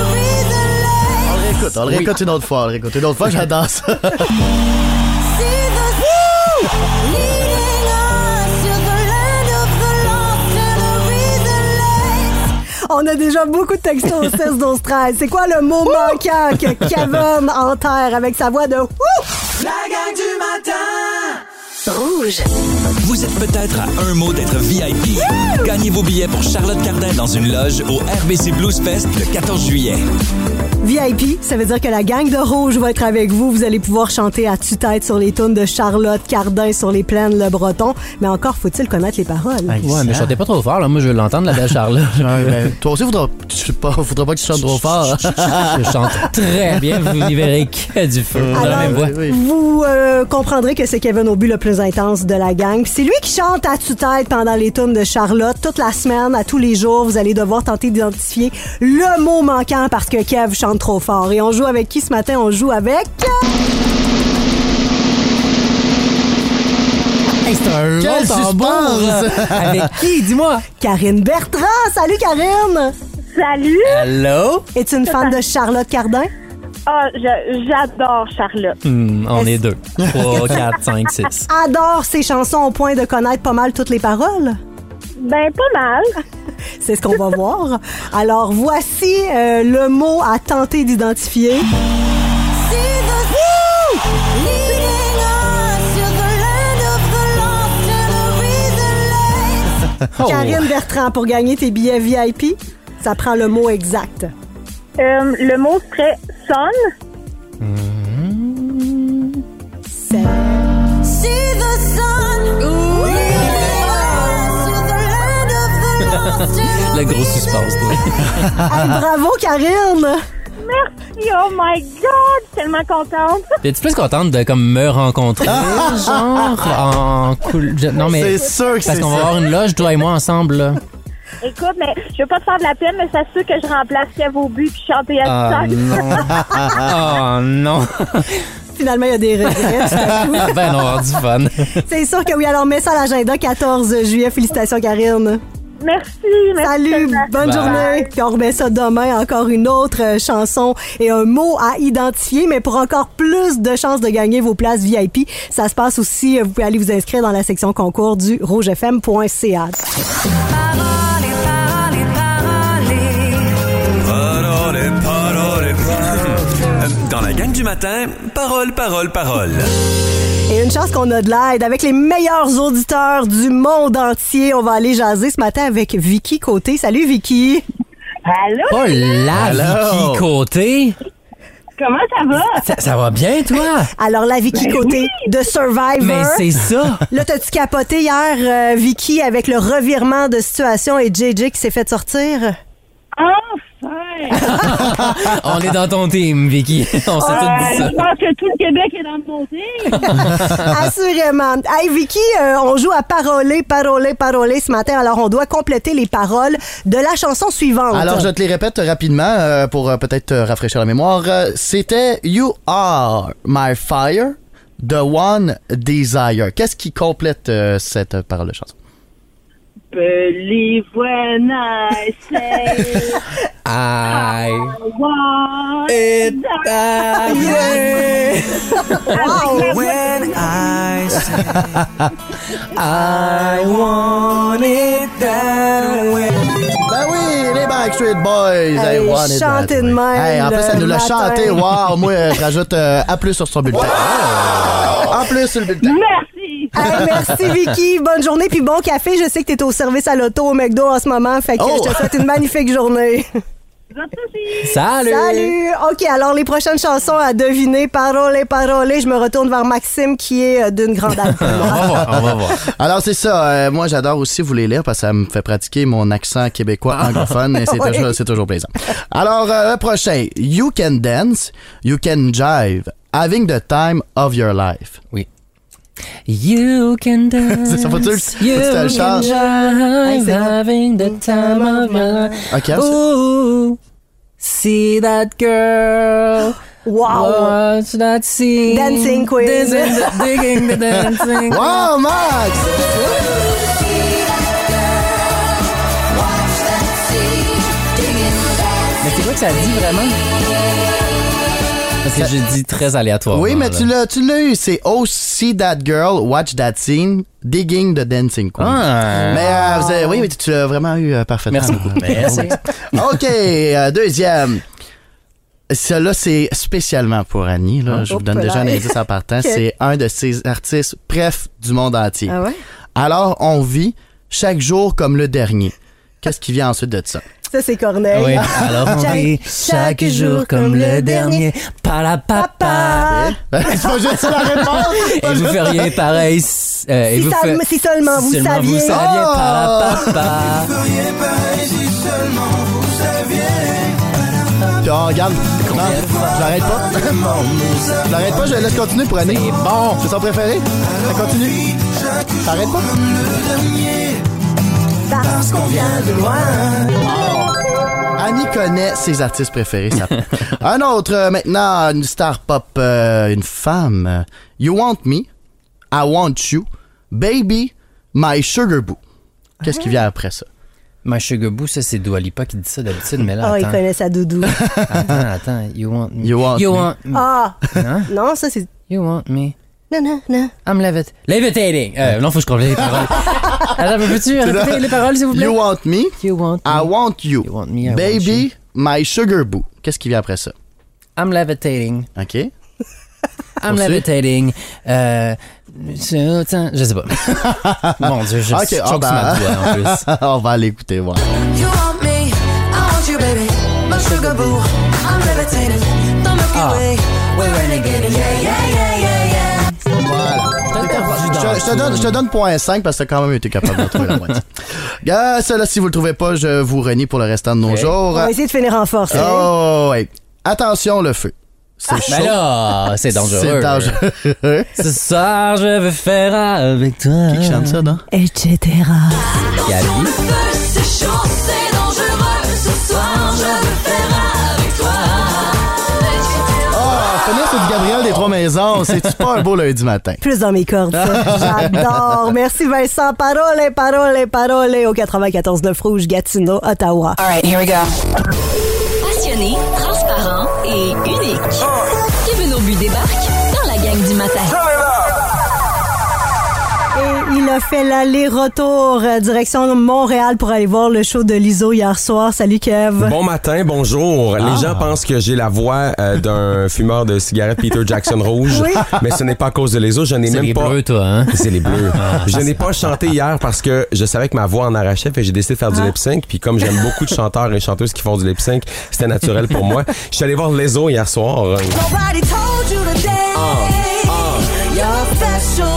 Speaker 7: On le réécoute, on le
Speaker 6: Oui.
Speaker 7: réécoute une autre fois, on le réécoute une
Speaker 6: *laughs*
Speaker 7: autre fois, j'adore ça.
Speaker 5: On a déjà beaucoup de textos au 16 12 13. C'est quoi le mot manquant que Kevin enterre avec sa voix de Ouh!
Speaker 1: La gang du matin.
Speaker 4: Vous êtes peut-être à un mot d'être VIP. Gagnez vos billets pour Charlotte Cardin dans une loge au RBC Blues Fest le 14 juillet.
Speaker 5: VIP, ça veut dire que la gang de Rouge va être avec vous. Vous allez pouvoir chanter à tue-tête sur les tunes de Charlotte Cardin sur les plaines Le Breton. Mais encore faut-il connaître les paroles.
Speaker 6: Ouais, mais chantez pas trop fort, là. Moi, je veux l'entendre, la belle Charlotte.
Speaker 7: *laughs* Ouais,
Speaker 6: *laughs*
Speaker 7: ben, toi aussi, faudra, tu, pas, faudra pas que tu chantes trop *laughs* fort. hein.
Speaker 6: je chante très bien. Vous n'y verrez que du feu. Dans la
Speaker 5: Alors,
Speaker 6: même voix.
Speaker 7: oui, oui.
Speaker 5: Vous euh, comprendrez que c'est Kevin Aubu le plus intense de la gang. Puis C'est lui qui chante à tue-tête pendant les tunes de Charlotte toute la semaine, à tous les jours. Vous allez devoir tenter d'identifier le mot manquant parce que Kev chante trop fort. Et on joue avec qui ce matin? On joue avec...
Speaker 6: Hey, c'est un
Speaker 7: Quel
Speaker 6: long tambour. *laughs*
Speaker 7: suspense!
Speaker 6: Avec qui, dis-moi?
Speaker 5: Karine Bertrand! Salut Karine!
Speaker 9: Salut!
Speaker 6: Hello?
Speaker 5: Es-tu une fan de Charlotte Cardin?
Speaker 9: Ah, je- j'adore Charlotte.
Speaker 6: Hmm, on est deux. Trois, quatre, cinq, six.
Speaker 5: Adore ses chansons au point de connaître pas mal toutes les paroles?
Speaker 11: Hmm.
Speaker 9: Ben, pas mal.
Speaker 5: C'est ce qu'on va voir. Alors voici euh, le mot à tenter d'identifier.
Speaker 6: Oh. *laughs*
Speaker 5: Karine Bertrand, pour gagner tes billets VIP, ça prend le mot exact.
Speaker 9: Euh, le mot serait sonne.
Speaker 5: C'est
Speaker 6: Le gros suspense, toi. Ah,
Speaker 5: Hey, bravo, Karine!
Speaker 9: Merci, oh my God! Tellement contente.
Speaker 6: *laughs* T'es-tu plus contente de comme me rencontrer, genre en coul... je- Non mais
Speaker 7: Ah! C'est sûr que
Speaker 6: parce
Speaker 7: c'est
Speaker 6: qu'on va
Speaker 7: ça.
Speaker 6: avoir une loge toi et moi ensemble. là.
Speaker 9: Écoute, mais je veux pas te faire de la peine, mais c'est sûr que je remplace Kev au but puis chanter à
Speaker 6: Ah
Speaker 9: tout ça.
Speaker 6: non. Ah non.
Speaker 5: Finalement, il y a des regrets.
Speaker 6: *laughs*
Speaker 5: tout à coup.
Speaker 6: Ben on va avoir du fun.
Speaker 7: *laughs*
Speaker 5: C'est sûr que oui, alors mets ça à l'agenda 14 juillet. Félicitations, Karine.
Speaker 9: *laughs* Merci, merci.
Speaker 5: Salut,
Speaker 9: tellement.
Speaker 5: bonne
Speaker 6: Bye.
Speaker 5: journée. Puis on remet ça demain, encore une autre euh, chanson et un mot à identifier, mais pour encore plus de chances de gagner vos places VIP, ça se passe aussi, euh, vous pouvez aller vous inscrire dans la section concours du rougefm.ca.
Speaker 4: Dans la gang du matin, parole, parole, parole.
Speaker 5: Et une chance qu'on a de l'aide avec les meilleurs auditeurs du monde entier. On va aller jaser ce matin avec Vicky Côté. Salut Vicky.
Speaker 9: Allô,
Speaker 6: Oh la
Speaker 7: Hello.
Speaker 6: Vicky Côté.
Speaker 9: comment ça va?
Speaker 6: Ça, ça va bien toi?
Speaker 5: Alors la Vicky Côté de Survivor.
Speaker 7: Ben,
Speaker 6: Mais
Speaker 9: *laughs*
Speaker 6: c'est ça.
Speaker 5: Là, t'as-tu capoté hier, euh, Vicky, avec le revirement de situation et JJ qui s'est fait
Speaker 7: *laughs*
Speaker 5: sortir?
Speaker 11: *laughs*
Speaker 9: Enfin!
Speaker 6: On est dans ton team, Vicky. On s'est tous dit ça.
Speaker 9: Ben, je pense que tout le Québec est dans le monde.
Speaker 5: Assurément. Hey, Vicky, euh, on joue à paroler, paroler, paroler ce matin. Alors, on doit compléter les paroles de la chanson suivante.
Speaker 7: Alors, je te les répète rapidement euh, pour euh, peut-être te rafraîchir la mémoire. Euh, C'était You are my fire, the one desire. Qu'est-ce qui complète euh, cette euh, parole de chanson?
Speaker 9: Believe when I say
Speaker 6: Aïe.
Speaker 9: what?
Speaker 6: Et uh, aïe. *laughs*
Speaker 1: When I say
Speaker 6: I want it that way.
Speaker 7: Ben oui, les Backstreet Boys!
Speaker 5: Hey,
Speaker 7: I want it that
Speaker 5: chantez de
Speaker 7: way.
Speaker 5: même
Speaker 7: Hey, en plus, elle nous l'a
Speaker 5: le
Speaker 7: chanté.
Speaker 5: matin.
Speaker 7: Wow! Moi, euh, je rajoute euh, à plus sur *laughs* son bulletin. En plus sur le bulletin.
Speaker 9: Merci!
Speaker 5: Hey, merci, Vicky. Bonne journée, puis bon café. Je sais que t'es au service à l'auto au McDo en ce moment. Fait que
Speaker 7: Oh.
Speaker 5: je te souhaite une magnifique journée.
Speaker 6: Salut.
Speaker 5: Salut! OK, alors les prochaines chansons à deviner, parole, parole. Je me retourne vers Maxime qui est euh, d'une grande
Speaker 6: *laughs* On
Speaker 5: alcool.
Speaker 6: va voir, on va voir.
Speaker 7: *laughs* Alors, c'est ça. euh, moi, j'adore aussi vous les lire parce que ça me fait pratiquer mon accent québécois
Speaker 6: Ah.
Speaker 7: anglophone et
Speaker 6: *laughs*
Speaker 7: c'est
Speaker 5: Ouais.
Speaker 7: toujours, c'est toujours plaisant. Alors, euh, le prochain. You can dance, you can jive, having the time of your life.
Speaker 6: You
Speaker 7: *laughs*
Speaker 6: can dance.
Speaker 7: Ça faut-tu le-
Speaker 6: you
Speaker 7: faut-tu le
Speaker 6: can
Speaker 7: chanter?
Speaker 6: drive, having the time of your life.
Speaker 7: OK, hein,
Speaker 6: Ooh, see that girl.
Speaker 5: Wow!
Speaker 6: Watch that scene.
Speaker 5: Dancing queen.
Speaker 6: Dancing the- digging the dancing.
Speaker 7: Wow, Max!
Speaker 6: Mais c'est quoi que ça dit vraiment? Parce que j'ai dit très aléatoire.
Speaker 7: Oui, mais tu l'as, tu l'as eu. C'est Oh, see that girl, watch that scene, digging the dancing queen.
Speaker 6: Ah.
Speaker 7: Mais euh, vous avez- oui, oui, tu- tu l'as vraiment eu euh, parfaitement.
Speaker 6: Merci beaucoup. Merci.
Speaker 7: OK, euh, deuxième. Cela, c'est spécialement pour Annie. Là. Je vous donne
Speaker 5: hop
Speaker 7: déjà
Speaker 5: là.
Speaker 7: un indice en partant.
Speaker 5: Ok.
Speaker 7: C'est un de ses artistes, bref, du monde entier.
Speaker 5: Ah ouais?
Speaker 7: Alors, on vit chaque jour comme le dernier. Qu'est-ce qui vient ensuite de ça? *laughs*
Speaker 5: Ça, c'est Corneille.
Speaker 6: Oui, alors on
Speaker 5: Ah. Chaque-
Speaker 6: vit chaque jour comme le dernier. Pas la papa.
Speaker 5: Papa.
Speaker 7: C'est pas Ben, juste ça la réponse!
Speaker 6: Et
Speaker 5: *laughs*
Speaker 6: vous feriez pareil. s- euh, et
Speaker 5: Si,
Speaker 6: vous
Speaker 5: seul-
Speaker 6: fe-
Speaker 5: si seulement vous
Speaker 6: seulement
Speaker 5: saviez. Oh.
Speaker 6: Vous saviez parapapa.
Speaker 7: Puis on regarde. Non, je l'arrête pas. Je l'arrête pas, je la laisse continuer pour Annie.
Speaker 6: C'est bon.
Speaker 7: C'est son préféré? Ça continue. T'arrêtes pas?
Speaker 5: Parce qu'on vient de loin.
Speaker 7: Annie connaît ses artistes préférés. Ça. Un autre, euh, maintenant, une star pop, euh, une femme. euh, You want me, I want you, baby, my sugar boo. Qu'est-ce
Speaker 6: Ah
Speaker 7: qui vient après ça?
Speaker 6: Ma Chugaboo, ça, c'est Dua Lipa qui dit ça d'habitude, mais là,
Speaker 5: Oh, il
Speaker 6: attends.
Speaker 5: connaît sa
Speaker 6: *laughs*
Speaker 5: doudou.
Speaker 6: Attends, attends. You want me.
Speaker 7: You want me.
Speaker 6: me.
Speaker 5: Ah!
Speaker 6: Hein?
Speaker 5: Non, ça, c'est.
Speaker 6: You want me.
Speaker 5: Non, non, non.
Speaker 6: I'm levit- levitating. Euh, non, faut que je comprenne les
Speaker 5: *laughs*
Speaker 6: paroles. Attends, peux-tu répéter les paroles, s'il vous plaît?
Speaker 7: You want me,
Speaker 6: You want me.
Speaker 7: I want you,
Speaker 6: You want me, I want
Speaker 7: baby, my sugar boo. Qu'est-ce qui vient après ça?
Speaker 6: I'm levitating.
Speaker 7: OK?
Speaker 6: I'm
Speaker 7: Poursuis.
Speaker 6: levitating. Euh, c'est- tiens, je sais pas. bah. Mon Dieu, je
Speaker 7: Ok,
Speaker 6: je
Speaker 7: ah
Speaker 6: choque sur ma
Speaker 7: ben.
Speaker 6: doigt, en plus. *laughs*
Speaker 7: *laughs* On va l'écouter, voir.
Speaker 1: You want me, I want you, baby. My sugar boo, I'm levitating. Don't look
Speaker 6: Ah.
Speaker 1: away, we're renegading. Yeah, yeah, yeah, yeah, yeah.
Speaker 7: Voilà.
Speaker 6: T'as perdu
Speaker 7: Je,
Speaker 6: dans
Speaker 7: je te
Speaker 6: tout.
Speaker 7: donne, je te donne point 5 parce que t'as quand même été capable de trouver
Speaker 6: *laughs*
Speaker 7: la moitié. Euh, cela, si vous le trouvez pas, je vous renie pour le restant de nos
Speaker 5: On
Speaker 7: jours.
Speaker 5: va essayer de finir en force. hein.
Speaker 7: Oh, ouais. Attention, le feu. C'est chaud.
Speaker 6: Mais ben là, c'est dangereux.
Speaker 7: C'est dangereux.
Speaker 6: Ce soir, je vais faire avec toi.
Speaker 7: Qui chante ça, non?
Speaker 5: Etc.
Speaker 6: Gabi.
Speaker 1: Feu, c'est chaud, c'est dangereux. Ce soir, je veux faire avec toi.
Speaker 3: Oh.
Speaker 7: Ah, finir sur du Gabriel des Trois Maisons. C'est-tu pas un beau lundi matin?
Speaker 5: Plus dans mes cordes, ça. J'adore. Merci, Vincent. Parole, parole, parole au 94-9 Rouge, Gatineau, Ottawa.
Speaker 1: All right, here we go.
Speaker 3: Passionné, transparent et unique. Kevin Aubu débarque dans la gang du matin.
Speaker 5: Et il a fait l'aller-retour euh, direction Montréal pour aller voir le show de l'ISO hier soir. Salut, Kev.
Speaker 11: Bon matin, bonjour. Les gens pensent que j'ai la voix euh, d'un *laughs* fumeur de cigarette Peter Jackson rouge,
Speaker 5: Oui.
Speaker 11: mais ce n'est pas à cause de les autres. Je n'ai
Speaker 6: C'est
Speaker 11: même
Speaker 6: les
Speaker 11: pas.
Speaker 6: bleus, toi, hein?
Speaker 11: C'est les bleus. Je n'ai pas chanté hier parce que je savais que ma voix en arrachait et j'ai décidé de faire du lip sync. Puis comme j'aime beaucoup de chanteurs et chanteuses qui font du lip sync, c'était naturel pour moi. Je suis allé voir Leso hier soir.
Speaker 1: Nobody told you today. You're special.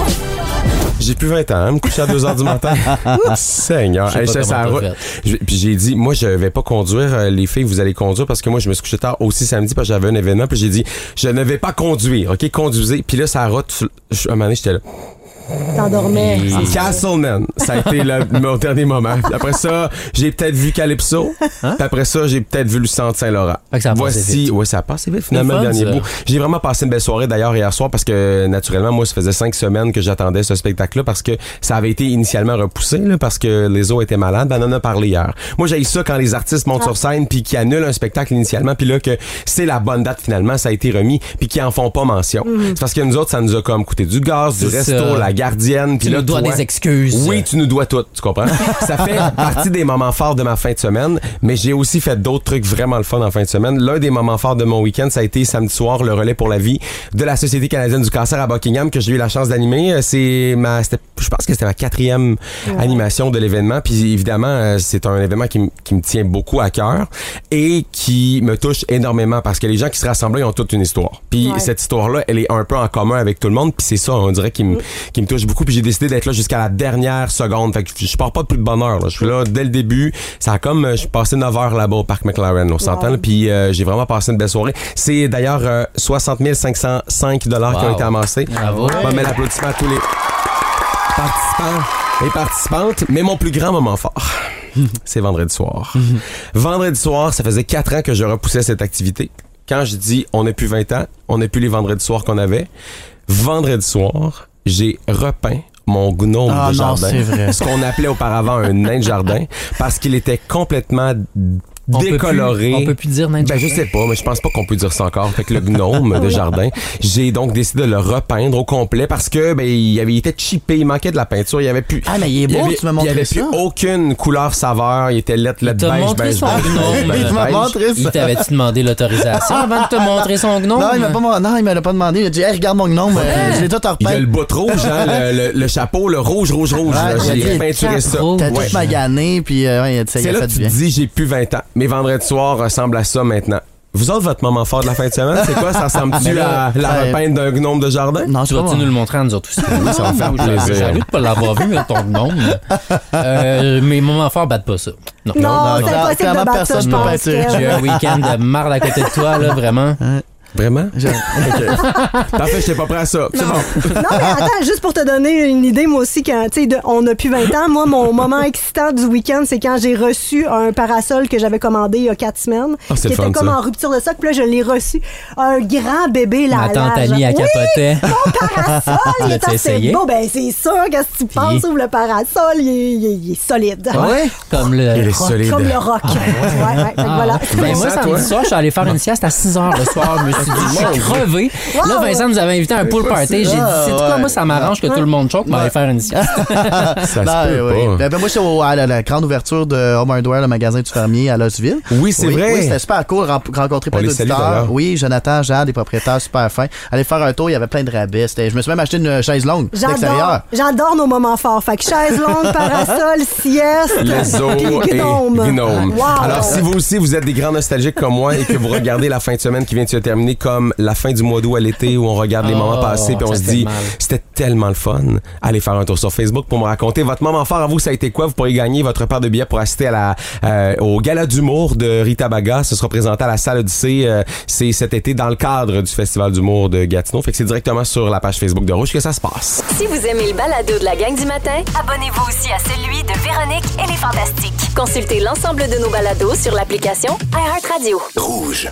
Speaker 11: J'ai plus 20 ans, hein, me coucher à 2 h du matin.
Speaker 6: *laughs*
Speaker 11: Seigneur,
Speaker 6: Je sais
Speaker 11: Hey,
Speaker 6: pas
Speaker 11: j'étais sur la
Speaker 6: comment
Speaker 11: route.
Speaker 6: t'as
Speaker 11: Je- Puis j'ai dit, moi, je vais pas conduire. euh, Les filles, vous allez conduire parce que moi, je me suis couché tard aussi samedi parce que j'avais un événement. Puis j'ai dit, je ne vais pas conduire. OK, conduisez. Puis là, sur la route, tu- je- à un moment donné, j'étais là.
Speaker 6: Ah.
Speaker 5: T'endormais.
Speaker 11: Castleman, ça a été le- mon dernier moment. Puis après ça, j'ai peut-être vu Calypso. Puis après ça, j'ai peut-être vu le centre Saint-Laurent.
Speaker 6: Hein? Fait que ça a passé
Speaker 11: Voici,
Speaker 6: vite.
Speaker 11: ouais, ça a passé vite finalement
Speaker 6: C'est le
Speaker 11: le
Speaker 6: fun,
Speaker 11: dernier
Speaker 6: ça.
Speaker 11: bout. J'ai vraiment passé une belle soirée d'ailleurs hier soir parce que naturellement, moi, ça faisait cinq semaines que j'attendais ce spectacle-là parce que ça avait été initialement repoussé là, parce que les eaux étaient malades. Ben, on en a parlé hier. Moi, j'ai ça quand les artistes montent
Speaker 6: Ah.
Speaker 11: sur scène puis qui annulent un spectacle initialement puis là que c'est la bonne date finalement, ça a été remis puis qui en font pas mention. C'est parce que nous autres, ça nous a comme coûté du gaz, du
Speaker 6: Mhm. C'est
Speaker 11: resto,
Speaker 6: ça.
Speaker 11: la gardienne.
Speaker 6: Tu
Speaker 11: puis là,
Speaker 6: nous dois
Speaker 11: toi-
Speaker 6: des excuses.
Speaker 11: Oui, tu nous dois tout,
Speaker 6: *laughs*
Speaker 11: tu comprends? Ça fait partie des moments forts de ma fin de semaine, mais j'ai aussi fait d'autres trucs vraiment le fun en fin de semaine. L'un des moments forts de mon week-end, ça a été samedi soir, le relais pour la vie de la Société canadienne du cancer à Buckingham que j'ai eu la chance d'animer. Euh, C'est ma, c'était- je pense que c'était ma quatrième animation de l'événement. Puis évidemment, euh, c'est un événement qui, m- qui me tient beaucoup à cœur et qui me touche énormément parce que les gens qui se rassemblent, ils ont toute une histoire. Puis cette histoire-là, elle est un peu en commun avec tout le monde. Puis c'est ça, on dirait, qui me, qui me touche beaucoup. Puis j'ai décidé d'être là jusqu'à la dernière seconde. Fait que je pars pas de plus de bonne heure. là. Je suis là dès le début. Ça a comme, euh, je suis passé 9 heures là-bas au Parc McLaren, on s'entend. là. Puis euh, j'ai vraiment passé une belle soirée. C'est d'ailleurs euh, 60 505 dollars qui ont
Speaker 6: Wow.
Speaker 11: été amassés.
Speaker 6: Bravo.
Speaker 11: On va mettre l'applaudissement à tous les participants et participantes, mais mon plus grand moment fort, *laughs* c'est vendredi
Speaker 7: *laughs*
Speaker 11: soir. vendredi soir, ça faisait quatre ans que je repoussais cette activité. Quand je dis on n'a plus 20 ans, on n'a plus les vendredis soirs qu'on avait. Vendredi soir, j'ai repeint mon gnome
Speaker 7: Ah
Speaker 11: de
Speaker 7: non,
Speaker 11: jardin.
Speaker 7: c'est vrai.
Speaker 11: Ce qu'on appelait auparavant un nain de jardin, parce qu'il était complètement
Speaker 6: On peut plus-
Speaker 11: décoloré.
Speaker 6: on peut plus dire n'importe
Speaker 11: Ben, je
Speaker 6: quoi.
Speaker 11: sais pas, mais je pense pas qu'on peut dire ça encore. Fait que
Speaker 7: *laughs*
Speaker 11: le gnome de
Speaker 6: Oui.
Speaker 11: jardin, j'ai donc décidé de le repeindre au complet parce que, ben, il avait il était chippé, il manquait de la peinture, il y avait plus.
Speaker 7: Ah, mais il est beau,
Speaker 11: avait-
Speaker 7: tu m'as
Speaker 11: Il y avait
Speaker 7: montré
Speaker 11: plus
Speaker 7: ça.
Speaker 11: aucune couleur saveur, il était lettre, lettre,
Speaker 6: T'as
Speaker 11: beige,
Speaker 6: montré
Speaker 11: beige,
Speaker 6: son
Speaker 11: beige,
Speaker 6: gnome.
Speaker 11: beige,
Speaker 6: Il m'a
Speaker 11: beige.
Speaker 7: montré
Speaker 6: Il t'avait-tu demandé l'autorisation avant de te montrer son gnome?
Speaker 7: Non, il m'a pas, mon- non, il me l'a pas demandé. Il a dit, hey, regarde mon gnome, euh, je l'ai tout
Speaker 11: Il a
Speaker 7: repeint.
Speaker 11: le bout rouge, hein, le, le- le chapeau, le rouge, rouge, rouge. là,
Speaker 7: Ouais, il a dit,
Speaker 11: j'ai peinturé ça.
Speaker 7: T'as
Speaker 11: Ouais.
Speaker 7: tout magané, puis euh, ouais, il a dit, ça y
Speaker 11: C'est
Speaker 7: a
Speaker 11: là
Speaker 7: fait
Speaker 11: que
Speaker 7: du
Speaker 11: tu te
Speaker 7: bien.
Speaker 11: dis, j'ai plus 20 ans. Mes vendredis soirs ressemblent à ça maintenant. Vous autres, votre moment fort de la fin de semaine, c'est quoi? Ça
Speaker 7: Mais *laughs*
Speaker 11: ressemble-tu
Speaker 7: Ben là,
Speaker 11: à la
Speaker 7: ouais.
Speaker 11: repeinte d'un gnome de jardin?
Speaker 7: Non,
Speaker 6: Ah, Tu
Speaker 7: c'est pas
Speaker 6: vas-tu
Speaker 7: moi.
Speaker 6: nous le montrer à nous autres aussi?
Speaker 11: Oui, ça
Speaker 6: *laughs*
Speaker 11: va me faire
Speaker 6: J'ai-
Speaker 11: plaisir.
Speaker 6: J'ai envie de pas l'avoir vu, mais ton gnome. Euh, mes moments forts battent pas ça. Non.
Speaker 5: Non,
Speaker 7: non,
Speaker 5: c'est
Speaker 7: non.
Speaker 5: impossible
Speaker 7: Clairement,
Speaker 5: de battre ça,
Speaker 7: personne
Speaker 5: je
Speaker 7: peut
Speaker 5: pense.
Speaker 7: battre ça.
Speaker 5: Kev.
Speaker 6: J'ai un week-end de marde à côté de toi, là, vraiment.
Speaker 11: Vraiment?
Speaker 7: Je-
Speaker 11: Parfait, j'étais pas prêt à ça. C'est bon.
Speaker 5: Non, mais attends, juste pour te donner une idée, moi aussi, quand, tu sais, de- on a plus 20 ans, moi, mon moment excitant du week-end, c'est quand j'ai reçu un parasol que j'avais commandé il y a quatre semaines,
Speaker 11: Ah, c'est
Speaker 5: qui
Speaker 11: le
Speaker 5: était
Speaker 11: fun,
Speaker 5: comme
Speaker 11: ça.
Speaker 5: en rupture de socle, puis là, je l'ai reçu. Un grand bébé, là,
Speaker 6: Ma tante
Speaker 5: large.
Speaker 6: Annie a
Speaker 5: Oui,
Speaker 6: capoté.
Speaker 5: mon
Speaker 11: *laughs*
Speaker 5: parasol, il est
Speaker 6: L'as-tu
Speaker 5: assez
Speaker 6: essayé?
Speaker 5: beau. Ben, c'est sûr, qu'est-ce que tu penses? Ouvre le parasol, il est, il est- il est solide.
Speaker 6: Comme le.
Speaker 11: Ah Il est
Speaker 6: rock.
Speaker 11: solide. Ah
Speaker 5: Comme le rock. Ouais, ouais, fait que voilà.
Speaker 6: Ben moi,
Speaker 11: ça,
Speaker 6: samedi
Speaker 11: Ah. toi?
Speaker 6: soir, je suis allé faire une sieste à 6 h le soir. Je me suis dit, je suis crevé. Là, Vincent nous avait invité à un pool party. J'ai dit, c'est quoi,
Speaker 7: ouais.
Speaker 6: moi, ça m'arrange que tout le monde choque, mais on va aller faire une
Speaker 11: *laughs*
Speaker 6: sieste.
Speaker 11: Ça
Speaker 7: Non,
Speaker 11: se peut
Speaker 7: oui, oui.
Speaker 11: pas.
Speaker 7: Ben, ben, moi, j'étais au- à la, la grande ouverture de Home Hardware, le magasin du fermier à Losville.
Speaker 11: Oui, c'est vrai.
Speaker 7: Oui, c'était super cool, ren- rencontrer
Speaker 11: On
Speaker 7: plein
Speaker 11: les salue,
Speaker 7: d'auditeurs.
Speaker 11: d'ailleurs.
Speaker 7: Oui, Jonathan, Jean, des propriétaires super fins. Aller faire un tour, il y avait plein de rabais. C'était- Je me suis même acheté une chaise longue
Speaker 5: J'adore,
Speaker 7: d'extérieur.
Speaker 5: j'adore nos moments forts. Fait que chaise longue, parasol, sieste,
Speaker 11: Les eaux
Speaker 5: puis
Speaker 11: et gnome.
Speaker 5: Wow.
Speaker 11: Alors, si vous aussi, vous êtes des grands nostalgiques comme moi et que vous regardez la fin de semaine qui vient de se terminer comme la fin du mois d'août à l'été où on regarde les
Speaker 6: Oh,
Speaker 11: moments passés puis on
Speaker 6: ça
Speaker 11: se
Speaker 6: fait
Speaker 11: dit,
Speaker 6: mal.
Speaker 11: c'était tellement le fun. Allez faire un tour sur Facebook pour me raconter votre moment fort à vous, ça a été quoi? Vous pourrez gagner votre paire de billets pour assister à la, euh, au gala d'humour de Rita Baga. Ce sera présenté à la salle Odyssée. euh, c'est cet été dans le cadre du Festival d'humour de Gatineau. Fait que c'est directement sur la page Facebook de Rouge que ça se passe.
Speaker 3: Si vous aimez le balado de la gang du matin, abonnez-vous aussi à celui de Véronique et les Fantastiques. Consultez l'ensemble de nos balados sur l'application iHeartRadio.
Speaker 2: Rouge.